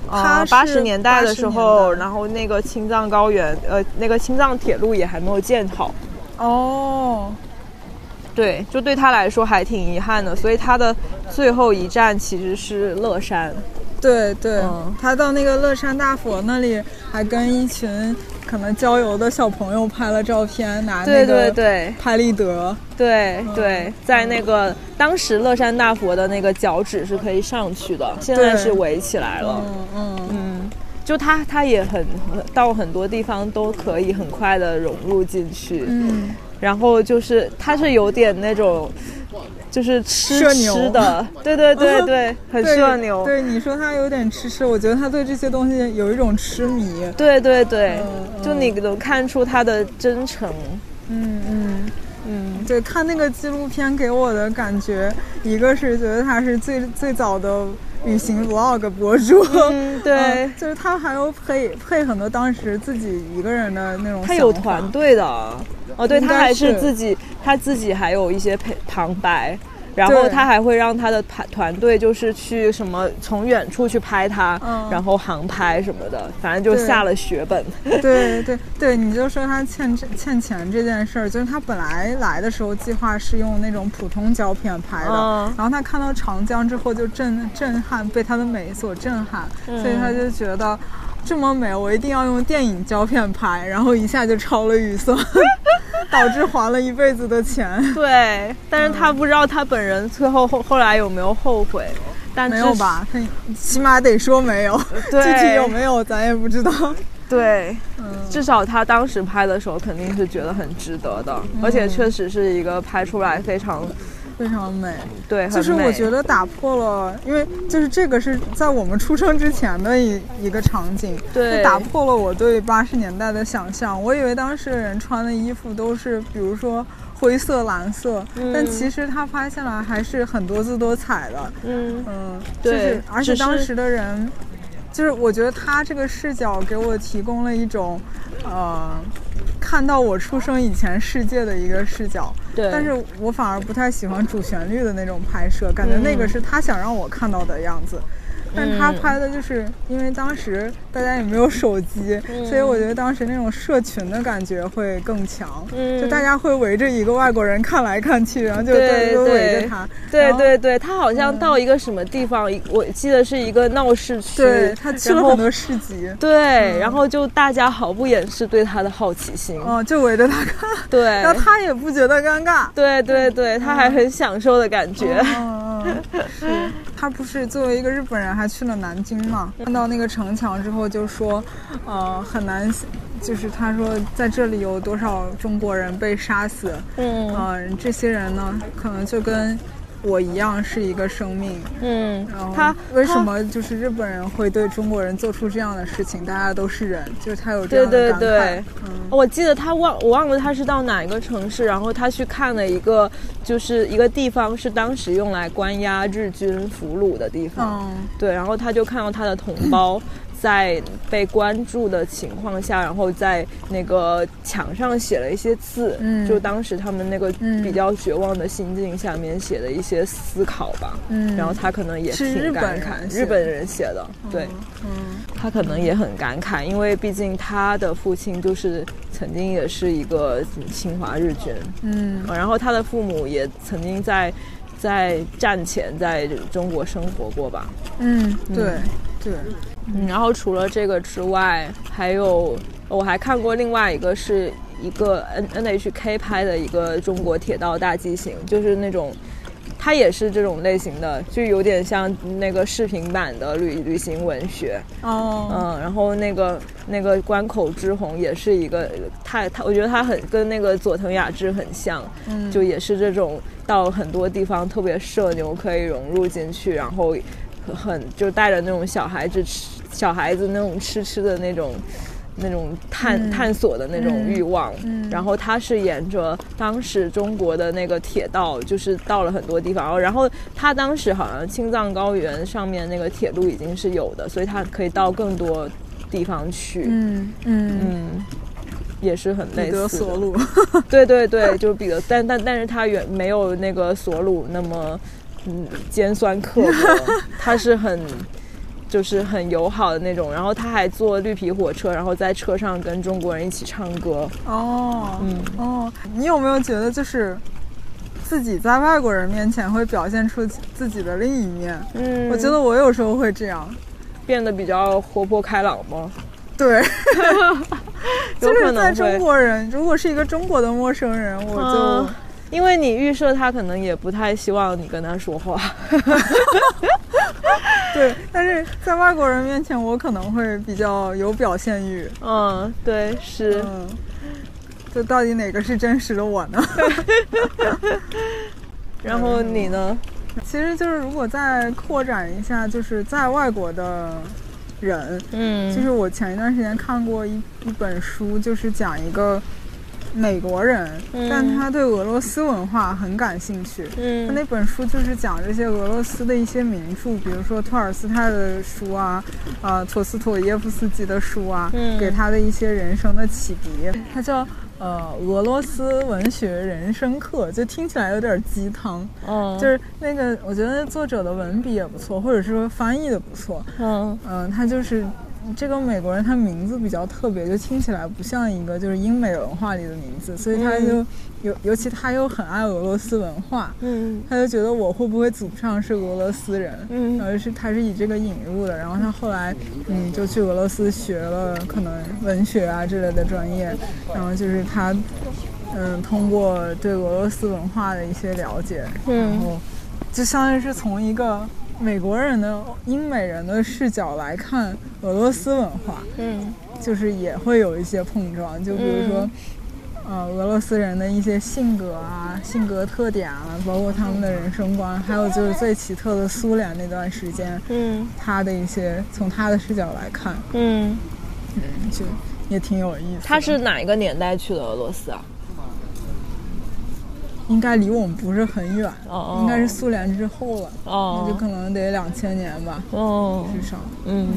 Speaker 3: 他
Speaker 2: 呃，
Speaker 3: 是
Speaker 2: 八十年代的时
Speaker 3: 80
Speaker 2: 候，
Speaker 3: 年代
Speaker 2: 然后那个青藏高原，呃，那个青藏铁路也还没有建好，
Speaker 3: 哦，
Speaker 2: 对，就对他来说还挺遗憾的，所以他的最后一站其实是乐山。
Speaker 3: 对对，
Speaker 2: 嗯
Speaker 3: 他到那个乐山大佛那里，还跟一群可能郊游的小朋友拍了照片，拿那
Speaker 2: 对
Speaker 3: 个嗯
Speaker 2: 对对
Speaker 3: 拍立得。
Speaker 2: 对对，在那个当时乐山大佛的那个脚趾是可以上去的，现在
Speaker 3: 对
Speaker 2: 是围起来了。
Speaker 3: 嗯嗯，
Speaker 2: 嗯，就他他也很到很多地方都可以很快的融入进去。
Speaker 3: 嗯，
Speaker 2: 然后就是他是有点那种。就是吃
Speaker 3: 社牛
Speaker 2: 吃的， 对对对 对，很
Speaker 3: 对
Speaker 2: 社牛，
Speaker 3: 对，你说他有点痴痴，我觉得他对这些东西有一种痴迷。
Speaker 2: 对对对，
Speaker 3: 嗯
Speaker 2: 就你能看出他的真诚，
Speaker 3: 嗯嗯。
Speaker 2: 嗯，
Speaker 3: 对，看那个纪录片给我的感觉，一个是觉得他是最最早的旅行 vlog 博主，
Speaker 2: 嗯对
Speaker 3: 嗯就是他还有配配很多当时自己一个人的那种想法，
Speaker 2: 他有团队的，哦，对
Speaker 3: 应
Speaker 2: 他
Speaker 3: 该
Speaker 2: 还是
Speaker 3: 是
Speaker 2: 自己，他自己还有一些陪旁白，然后
Speaker 3: 对
Speaker 2: 他还会让他的团团队就是去什么从远处去拍他，
Speaker 3: 嗯
Speaker 2: 然后航拍什么的，反正就
Speaker 3: 对
Speaker 2: 下了血本，
Speaker 3: 对对对，你就说他欠这欠钱这件事儿，就是他本来来的时候计划是用那种普通胶片拍的，
Speaker 2: 嗯
Speaker 3: 然后他看到长江之后就震震撼，被它的美所震撼，所以他就觉得。这么美，我一定要用电影胶片拍，然后一下就超了预算。 导致还了一辈子的钱。
Speaker 5: 对，但是他不知道他本人最后后后来有没有后悔，但
Speaker 3: 没有
Speaker 5: 至
Speaker 3: 吧？他起码得说没有，具
Speaker 5: 对
Speaker 3: 体有没有咱也不知道。
Speaker 5: 对，
Speaker 2: 嗯
Speaker 5: 至少他当时拍的时候肯定是觉得很值得的，
Speaker 2: 嗯
Speaker 5: 而且确实是一个拍出来非常
Speaker 3: 非常美，
Speaker 5: 对，
Speaker 3: 就是
Speaker 5: 很美
Speaker 3: 我觉得打破了，因为就是这个是在我们出生之前的一一个场景，
Speaker 5: 对
Speaker 3: 就打破了我对八十年代的想象。我以为当事人穿的衣服都是，比如说。灰色、蓝色，但其实他拍下来还是很多姿多彩的。
Speaker 5: 嗯
Speaker 3: 嗯，就
Speaker 5: 对
Speaker 3: 是而
Speaker 5: 只
Speaker 3: 且
Speaker 5: 是
Speaker 3: 当时的人，就是我觉得他这个视角给我提供了一种，呃，看到我出生以前世界的一个视角。
Speaker 2: 对
Speaker 3: 但是我反而不太喜欢主旋律的那种拍摄，感觉那个是他想让我看到的样子。但他拍的就是，因为当时大家也没有手机，所以我觉得当时那种社群的感觉会更强，就大家会围着一个外国人看来看去，然后就
Speaker 2: 对
Speaker 3: 都围着
Speaker 2: 对
Speaker 3: 他，
Speaker 2: 对
Speaker 3: 然后嗯
Speaker 2: 对对，他好像到一个什么地方，一我记得是一个闹市区，
Speaker 3: 对他去
Speaker 2: 然
Speaker 3: 了
Speaker 2: 后
Speaker 3: 很多市集，
Speaker 2: 对，然后就大家毫不掩饰对他的好奇心，
Speaker 3: 哦，就围着他看，
Speaker 2: 对
Speaker 3: 然后他也不觉得尴尬。
Speaker 2: 对对对，他还很享受的感觉，
Speaker 3: 嗯，嗯嗯是他不是作为一个日本人还去了南京嘛？看到那个城墙之后就说，呃，很难，就是他说在这里有多少中国人被杀死，嗯、
Speaker 2: 嗯
Speaker 3: 这些人呢可能就跟。我一样是一个生命，
Speaker 2: 嗯，
Speaker 3: 然后
Speaker 2: 他
Speaker 3: 为什么就是日本人会对中国人做出这样的事情？大家都是人，就是他有这
Speaker 2: 对
Speaker 3: 样的
Speaker 2: 对
Speaker 3: 感慨。
Speaker 2: 对，
Speaker 3: 嗯，
Speaker 2: 我记得他忘我忘了他是到哪一个城市，然后他去看了一个就是一个地方是当时用来关押日军俘虏的地方，
Speaker 3: 嗯，
Speaker 2: 对，然后他就看到他的同胞在被关注的情况下，然后在那个墙上写了一些字，
Speaker 3: 嗯
Speaker 2: 就当时他们那个
Speaker 3: 嗯
Speaker 2: 比较绝望的心境下面写的一些思考吧，
Speaker 3: 嗯
Speaker 2: 然后他可能也
Speaker 3: 是
Speaker 2: 挺
Speaker 3: 日本
Speaker 2: 感
Speaker 3: 人
Speaker 2: 慨，
Speaker 3: 写
Speaker 2: 日本
Speaker 3: 的哦
Speaker 2: 人写的，对。
Speaker 3: 嗯
Speaker 2: 他可能也很感慨，因为毕竟他的父亲就是曾经也是一个侵华日军，
Speaker 3: 嗯
Speaker 2: 呃然后他的父母也曾经在在战前在中国生活过吧。
Speaker 3: 嗯，对对，
Speaker 2: 嗯，然后除了这个之外，还有我还看过另外一个是一个 N N H K 拍的一个中国铁道大畸形，就是那种。它也是这种类型的，就有点像那个视频版的旅旅行文学，
Speaker 3: 哦，
Speaker 2: 嗯，然后那个那个关口之红也是一个，他他我觉得他很跟那个佐藤雅治很像，
Speaker 3: 嗯
Speaker 2: 就也是这种到很多地方特别社牛可以融入进去，然后很就带着那种小孩子吃小孩子那种痴痴的那种。那种探、
Speaker 3: 嗯
Speaker 2: 探索的那种
Speaker 3: 嗯
Speaker 2: 欲望，
Speaker 3: 嗯
Speaker 2: 然后他是沿着当时中国的那个铁道，就是到了很多地方，然后他当时好像青藏高原上面那个铁路已经是有的，所以他可以到更多地方去，
Speaker 3: 嗯嗯。
Speaker 2: 嗯也是很类
Speaker 3: 彼
Speaker 2: 似的。
Speaker 3: 得索鲁，
Speaker 2: 对对对，就是彼得，但但但是他远没有那个索鲁那么嗯尖酸刻 薄，他是很就是很友好的那种。然后他还坐绿皮火车，然后在车上跟中国人一起唱歌。
Speaker 3: 哦，
Speaker 2: 嗯
Speaker 3: 哦，你有没有觉得就是自己在外国人面前会表现出自己的另一面？
Speaker 2: 嗯
Speaker 3: 我觉得我有时候会这样，
Speaker 2: 变得比较活泼开朗吗？
Speaker 3: 对，
Speaker 2: 有
Speaker 3: 就
Speaker 2: 可
Speaker 3: 是在
Speaker 2: 能
Speaker 3: 中
Speaker 2: 会，
Speaker 3: 国人，如果是一个中国的陌生人，我就、
Speaker 2: 嗯因为你预设他可能也不太希望你跟他说话。
Speaker 3: 对，但是在外国人面前，我可能会比较有表现欲，
Speaker 2: 嗯，对，是。
Speaker 3: 嗯，就到底哪个是真实的我呢？
Speaker 2: 然后你呢？
Speaker 3: 其实就是如果再扩展一下，就是在外国的人，
Speaker 2: 嗯
Speaker 3: 就是我前一段时间看过一一本书，就是讲一个美国人，但他对俄罗斯文化很感兴趣。他
Speaker 2: 嗯
Speaker 3: 那本书就是讲这些俄罗斯的一些名著，比如说托尔斯泰的书啊，啊，陀思妥耶夫斯基的书啊，
Speaker 2: 嗯
Speaker 3: 给他的一些人生的启迪。他叫呃俄罗斯文学人生课，就听起来有点鸡汤。
Speaker 2: 嗯，
Speaker 3: 就是那个，我觉得作者的文笔也不错，或者是说翻译的不错。
Speaker 2: 嗯
Speaker 3: 嗯、他就是这个美国人，他名字比较特别，就听起来不像一个就是英美文化里的名字，所以他就尤、尤其他又很爱俄罗斯文化，
Speaker 2: 嗯
Speaker 3: 他就觉得我会不会祖上是俄罗斯人？
Speaker 2: 嗯
Speaker 3: 而是他是以这个引入的，然后他后来嗯就去俄罗斯学了可能文学啊之类的专业，然后就是他嗯，通过对俄罗斯文化的一些了解，
Speaker 2: 嗯
Speaker 3: 然后就相当于是从一个美国人的英美人的视角来看俄罗斯文化，
Speaker 2: 嗯
Speaker 3: 就是也会有一些碰撞，就比如说。呃，俄罗斯人的一些性格啊、性格特点啊，包括他们的人生观，还有就是最奇特的苏联那段时间，
Speaker 2: 嗯
Speaker 3: 他的一些从他的视角来看，
Speaker 2: 嗯，
Speaker 3: 嗯，就也挺有意思的。
Speaker 2: 他是哪一个年代去的俄罗斯啊？
Speaker 3: 应该离我们不是很远，
Speaker 2: 哦
Speaker 3: 应该是苏联之后了，
Speaker 2: 哦
Speaker 3: 那就可能得两千年吧，
Speaker 2: 哦，
Speaker 3: 至少。
Speaker 2: 嗯，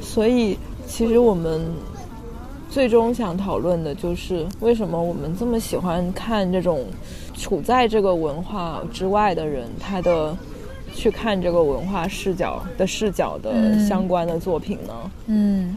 Speaker 2: 所以其实我们最终想讨论的就是为什么我们这么喜欢看这种处在这个文化之外的人，他的去看这个文化视角的视角的
Speaker 3: 嗯
Speaker 2: 相关的作品呢？
Speaker 3: 嗯，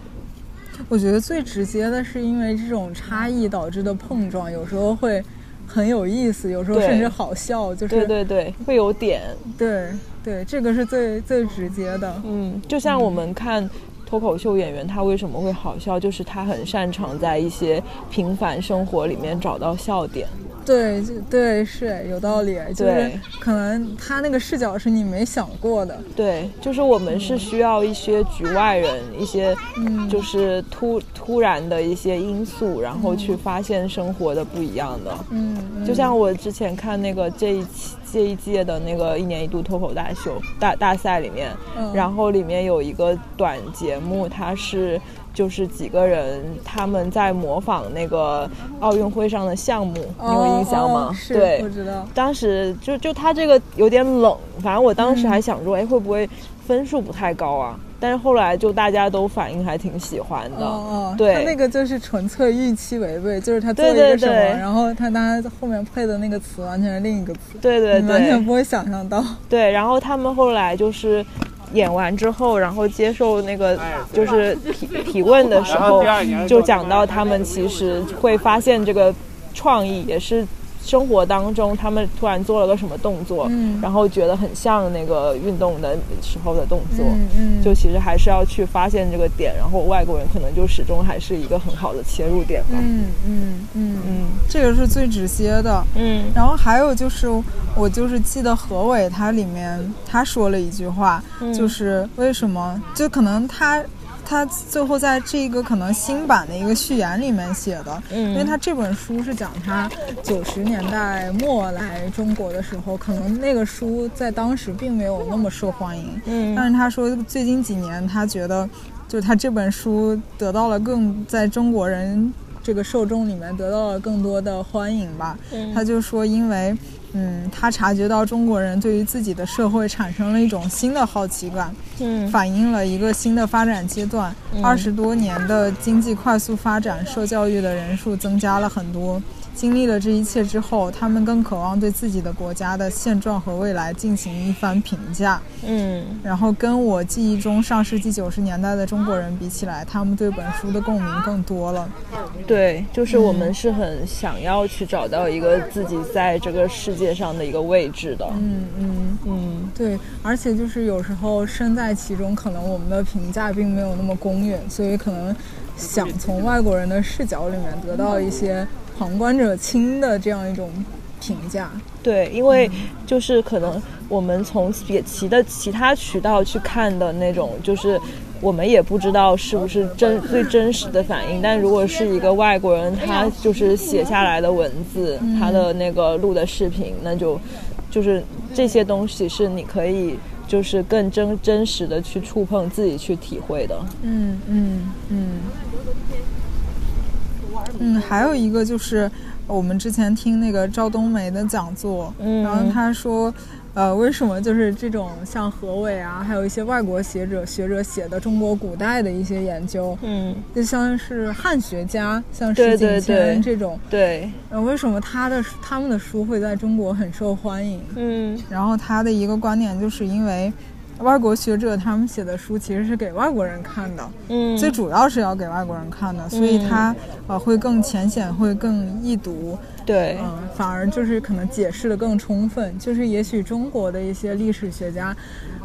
Speaker 3: 我觉得最直接的是因为这种差异导致的碰撞，有时候会很有意思，有时候
Speaker 2: 对
Speaker 3: 甚至好笑，就是
Speaker 2: 对对对，会有点，
Speaker 3: 对对这个是最最直接的。
Speaker 2: 嗯，就像我们看。脱口秀演员他为什么会好笑？就是他很擅长在一些平凡生活里面找到笑点。
Speaker 3: 对就对是有道理，就是
Speaker 2: 对
Speaker 3: 可能他那个视角是你没想过的。
Speaker 2: 对，就是我们是需要一些局外人，一些
Speaker 3: 嗯
Speaker 2: 就是突突然的一些因素，然后去发现生活的不一样的。
Speaker 3: 嗯，
Speaker 2: 就像我之前看那个这一期这一届的那个一年一度脱口大秀大大赛里面，
Speaker 3: 嗯
Speaker 2: 然后里面有一个短节目，它是就是几个人他们在模仿那个奥运会上的项目，你有印象
Speaker 3: 哦哦
Speaker 2: 吗？
Speaker 3: 是，
Speaker 2: 对
Speaker 3: 我，知道。
Speaker 2: 当时就就他这个有点冷，反正我当
Speaker 3: 嗯
Speaker 2: 时还想说，哎、会不会分数不太高啊？但是后来就大家都反应还挺喜欢的，
Speaker 3: 哦哦，他
Speaker 2: 对
Speaker 3: 那个就是纯粹预期违背，就是他做
Speaker 2: 对
Speaker 3: 一个
Speaker 2: 对
Speaker 3: 什么，
Speaker 2: 对
Speaker 3: 然后他他后面配的那个词完全是另一个词，
Speaker 2: 对对
Speaker 3: 你完全
Speaker 2: 对
Speaker 3: 不会想象到。
Speaker 2: 对。然后他们后来就是演完之后，然后接受那个就是提提问的时
Speaker 6: 哎然后
Speaker 2: 候
Speaker 6: 第二年，
Speaker 2: 就讲到他们其实会发现这个创意也是。生活当中，他们突然做了个什么动作，
Speaker 3: 嗯
Speaker 2: 然后觉得很像那个运动的时候的动作，
Speaker 3: 嗯嗯，
Speaker 2: 就其实还是要去发现这个点，然后外国人可能就始终还是一个很好的切入点吧。
Speaker 3: 嗯嗯嗯，
Speaker 2: 嗯
Speaker 3: 这个是最直接的。
Speaker 2: 嗯
Speaker 3: 然后还有就是，我就是记得何伟他里面他说了一句话，就是为什么就可能他。他最后在这个可能新版的一个序言里面写的，因为他这本书是讲他九十年代末来中国的时候，可能那个书在当时并没有那么受欢迎，但是他说最近几年他觉得，就是他这本书得到了更在中国人这个受众里面得到了更多的欢迎吧。他就说，因为嗯，他察觉到中国人对于自己的社会产生了一种新的好奇感，
Speaker 2: 嗯
Speaker 3: 反映了一个新的发展阶段。二十、多年的经济快速发展，受教育的人数增加了很多。经历了这一切之后，他们更渴望对自己的国家的现状和未来进行一番评价。
Speaker 2: 嗯
Speaker 3: 然后跟我记忆中上世纪九十年代的中国人比起来，他们对本书的共鸣更多了。
Speaker 2: 对，就是我们是很想要去找到一个自己在这个世界上的一个位置的。
Speaker 3: 嗯嗯，
Speaker 2: 嗯，
Speaker 3: 对，而且就是有时候身在其中，可能我们的评价并没有那么公允，所以可能想从外国人的视角里面得到一些旁观者清的这样一种评价。
Speaker 2: 对，因为就是可能我们从别其的其他渠道去看的那种，就是我们也不知道是不是真最真实的反应。但如果是一个外国人，他就是写下来的文字，他的那个录的视频，那就就是这些东西是你可以就是更真真实的去触碰自己去体会的。
Speaker 3: 嗯嗯嗯。嗯，还有一个就是我们之前听那个赵冬梅的讲座，
Speaker 2: 嗯
Speaker 3: 然后她说，呃，为什么就是这种像何伟啊，还有一些外国学者学者写的中国古代的一些研究，
Speaker 2: 嗯，
Speaker 3: 就像是汉学家，像
Speaker 2: 对
Speaker 3: 石景
Speaker 2: 对对
Speaker 3: 谦这种，
Speaker 2: 对，
Speaker 3: 呃，为什么他的他们的书会在中国很受欢迎？
Speaker 2: 嗯
Speaker 3: 然后他的一个观点就是因为外国学者他们写的书其实是给外国人看的，
Speaker 2: 嗯，
Speaker 3: 最主要是要给外国人看的，所以它呃会更浅显，会更易读，
Speaker 2: 对
Speaker 3: 嗯、反而就是可能解释的更充分。就是也许中国的一些历史学家，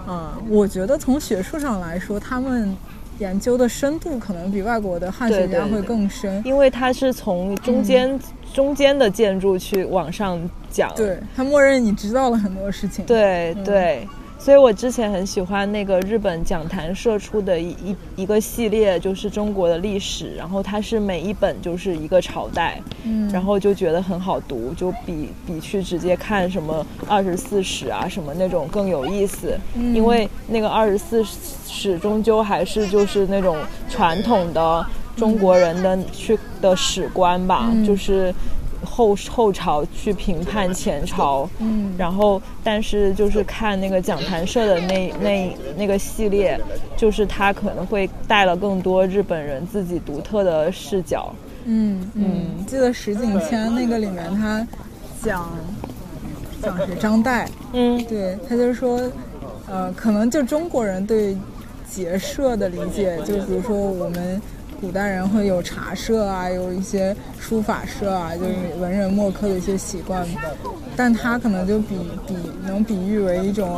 Speaker 3: 呃，我觉得从学术上来说，他们研究的深度可能比外国的汉学家
Speaker 2: 对对对
Speaker 3: 会更深。
Speaker 2: 因为它是从中间、中间的建筑去往上讲，
Speaker 3: 嗯对他默认你知道了很多事情。，
Speaker 2: 对
Speaker 3: 嗯
Speaker 2: 对，所以我之前很喜欢那个日本讲坛社出的一一一个系列，就是中国的历史，然后它是每一本就是一个朝代，
Speaker 3: 嗯，
Speaker 2: 然后就觉得很好读，就比比去直接看什么二十四史啊什么那种更有意思，
Speaker 3: 嗯
Speaker 2: 因为那个二十四史终究还是就是那种传统的中国人的去的史观吧，
Speaker 3: 嗯
Speaker 2: 就是后后朝去评判前朝，嗯，然后但是就是看那个讲坛社的那那那个系列，就是他可能会带了更多日本人自己独特的视角。
Speaker 3: 嗯嗯，记得石景谦那个里面他讲讲谁张岱，
Speaker 2: 嗯，
Speaker 3: 对，他就说，呃，可能就中国人对结社的理解，就比如说我们古代人会有茶社啊，有一些书法社啊，就是文人墨客的一些习惯，但他可能就比比能比喻为一种，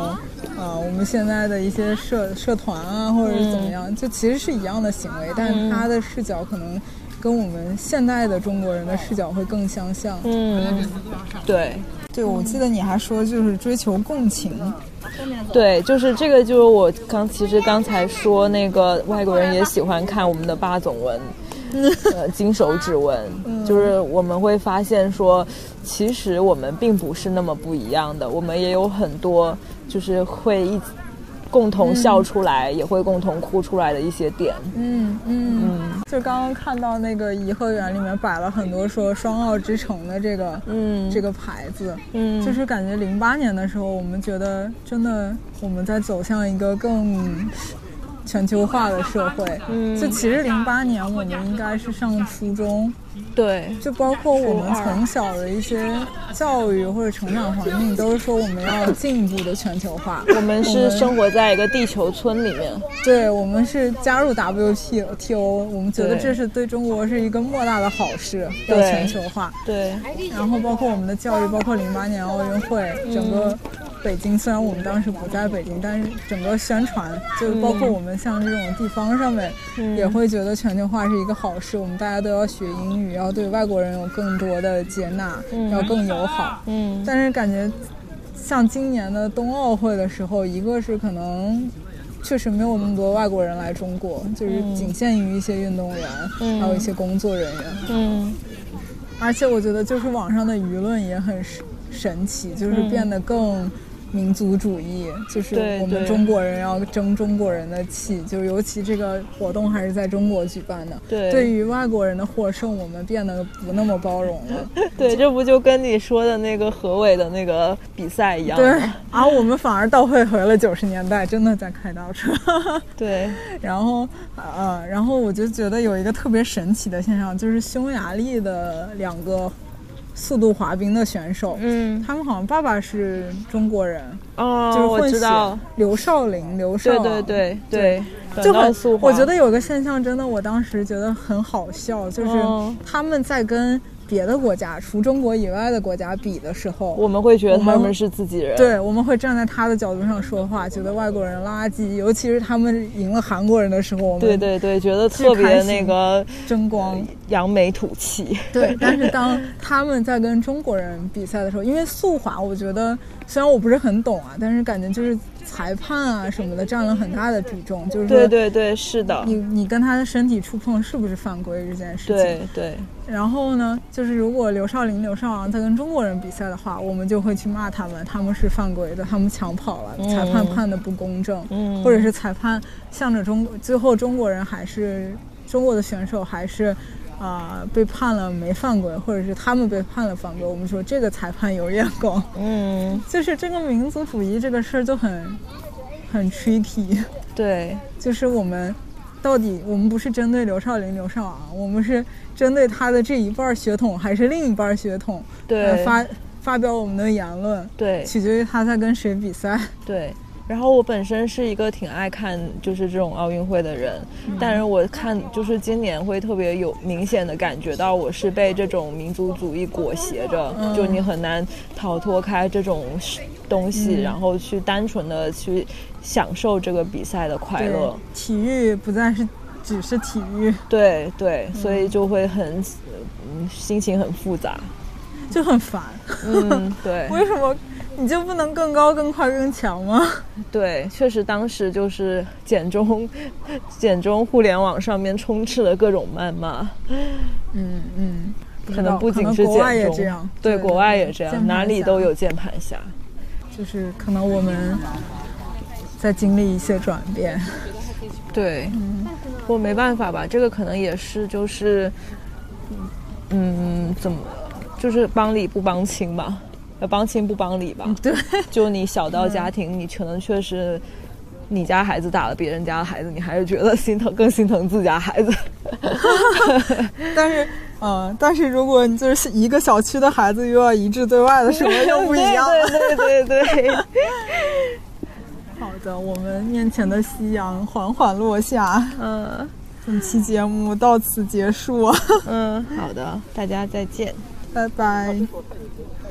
Speaker 3: 呃，我们现在的一些社社团啊，或者是怎么样，就其实是一样的行为，但是他的视角可能。跟我们现代的中国人的视角会更相像。
Speaker 2: 嗯，对
Speaker 3: 对，我记得你还说就是追求共情，
Speaker 2: 对，就是这个，就是我刚其实刚才说那个外国人也喜欢看我们的八总 文，呃，金手指纹， 就是我们会发现说，其实我们并不是那么不一样的，我们也有很多就是会一起共同笑出来，也会共同哭出来的一些点。
Speaker 3: 嗯嗯，就刚刚看到那个颐和园里面摆了很多说“双奥之城”的这个、
Speaker 2: 嗯，
Speaker 3: 这个牌子，
Speaker 2: 嗯
Speaker 3: 就是感觉零八年的时候，我们觉得真的我们在走向一个更全球化的社会。
Speaker 2: 嗯
Speaker 3: 就其实零八年我们应该是上初中，
Speaker 2: 对
Speaker 3: 就包括我们从小的一些教育或者成长环境，都是说我们要进一步的全球化。
Speaker 2: 我们是生活在一个地球村里面。
Speaker 3: 对我们是加入 WTO，我们觉得
Speaker 2: 对
Speaker 3: 这是对中国是一个莫大的好事，要
Speaker 2: 对
Speaker 3: 全球化。
Speaker 2: 对，
Speaker 3: 然后包括我们的教育，包括零八年奥运会，
Speaker 2: 嗯
Speaker 3: 整个北京，虽然我们当时不在北京，但是整个宣传，就包括我们像这种地方上面，
Speaker 2: 嗯
Speaker 3: 也会觉得全球化是一个好事。我们大家都要学英语，要对外国人有更多的接纳，要更友好。
Speaker 2: 嗯
Speaker 3: 但是感觉像今年的冬奥会的时候，一个是可能确实没有那么多外国人来中国，
Speaker 2: 嗯
Speaker 3: 就是仅限于一些运动员，还有一些工作人员。
Speaker 2: 嗯。
Speaker 3: 而且我觉得就是网上的舆论也很神神奇，就是变得更。民族主义就是
Speaker 2: 对
Speaker 3: 我们
Speaker 2: 对
Speaker 3: 中国人要争中国人的气，就尤其这个活动还是在中国举办的。
Speaker 2: 对
Speaker 3: 对于外国人的获胜，我们变得不那么包容了。
Speaker 2: 对，这不就跟你说的那个何伟的那个比赛一样
Speaker 3: 对
Speaker 2: 吗？，
Speaker 3: 而啊我们反而倒退回了九十年代，真的在开倒车。
Speaker 2: 对，
Speaker 3: 然后，呃，然后我就觉得有一个特别神奇的现象，就是匈牙利的两个速度滑冰的选手，
Speaker 2: 嗯，
Speaker 3: 他们好像爸爸是中国人，
Speaker 2: 哦，
Speaker 3: 就是
Speaker 2: 我
Speaker 3: 混
Speaker 2: 知
Speaker 3: 血
Speaker 2: 道，，
Speaker 3: 刘少林、刘少
Speaker 2: 啊对
Speaker 3: 昂
Speaker 2: 对对对，短
Speaker 3: 就
Speaker 2: 道
Speaker 3: 很
Speaker 2: 速，滑
Speaker 3: 我觉得有个现象，真的，我当时觉得很好笑，就是
Speaker 2: 哦
Speaker 3: 他们在跟别的国家，除中国以外的国家比的时候，
Speaker 2: 我们会觉得
Speaker 3: 我
Speaker 2: 他
Speaker 3: 们
Speaker 2: 们是自己人，
Speaker 3: 对，我们会站在他的角度上说话，觉得外国人垃圾，尤其是他们赢了韩国人的时候，我
Speaker 2: 对
Speaker 3: 们
Speaker 2: 对对，觉得
Speaker 3: 巨
Speaker 2: 特别
Speaker 3: 开
Speaker 2: 那
Speaker 3: 心
Speaker 2: 个
Speaker 3: 争光。
Speaker 2: 扬眉吐气，
Speaker 3: 对，但是当他们在跟中国人比赛的时候，因为速滑，我觉得虽然我不是很懂啊，但是感觉就是裁判啊什么的占了很大的比重，就是
Speaker 2: 对
Speaker 3: 说
Speaker 2: 对对，是的，
Speaker 3: 你你跟他的身体触碰是不是犯规这件事情。
Speaker 2: 对对
Speaker 3: 然后呢，就是如果刘少林、刘少昂在跟中国人比赛的话，我们就会去骂他们，他们是犯规的，他们抢跑了，裁判判的不公正，
Speaker 2: 嗯
Speaker 3: 或者是裁判向着中，最后中国人还是中国的选手还是。啊、被判了没犯规，或者是他们被判了犯规，我们说这个裁判有眼光，
Speaker 2: 嗯，
Speaker 3: 就是这个民族主义这个事儿就很很 tricky。
Speaker 2: 对
Speaker 3: 就是我们到底我们不是针对刘少林、刘少昂，我们是针对他的这一半儿血统还是另一半儿血统，
Speaker 2: 对
Speaker 3: 呃发发表我们的言论，
Speaker 2: 对
Speaker 3: 取决于他在跟谁比赛。
Speaker 2: 对，然后我本身是一个挺爱看就是这种奥运会的人，但是我看就是今年会特别有明显的感觉到我是被这种民族主义裹挟着，就你很难逃脱开这种东西，然后去单纯的去享受这个比赛的快乐。
Speaker 3: 体育不再是只是体育，
Speaker 2: 对对，所以就会很，嗯，心情很复杂。
Speaker 3: 就很烦。
Speaker 2: 嗯， 对
Speaker 3: 为什么你就不能更高、更快、更强吗？
Speaker 2: 对，确实当时就是简中， 简中互联网上面充斥了各种谩骂。
Speaker 3: 嗯嗯，
Speaker 2: 可能不仅是
Speaker 3: 国外也
Speaker 2: 简
Speaker 3: 这
Speaker 2: 中
Speaker 3: 样，，
Speaker 2: 对国外也这
Speaker 3: 键
Speaker 2: 样，
Speaker 3: 盘
Speaker 2: 哪里
Speaker 3: 侠
Speaker 2: 都有键盘侠。
Speaker 3: 就是可能我们在经历一些转变。
Speaker 2: 对，不过没办法吧，这个可能也是就是，嗯，怎么，就是帮理不帮亲吧，要帮亲不帮理吧。
Speaker 3: 嗯对，嗯
Speaker 2: 就你小到家庭，你可能确实，你家孩子打了别人家的孩子，你还是觉得心疼，更心疼自家孩子。
Speaker 3: 但是，呃，但是如果你就是一个小区的孩子又要一致对外的时候， 又不一样了。
Speaker 2: 对对对对，
Speaker 3: 好的，我们面前的夕阳缓缓落下。
Speaker 2: 嗯
Speaker 3: 本期节目到此结束，
Speaker 2: 嗯，好的，大家再见。
Speaker 3: 拜拜。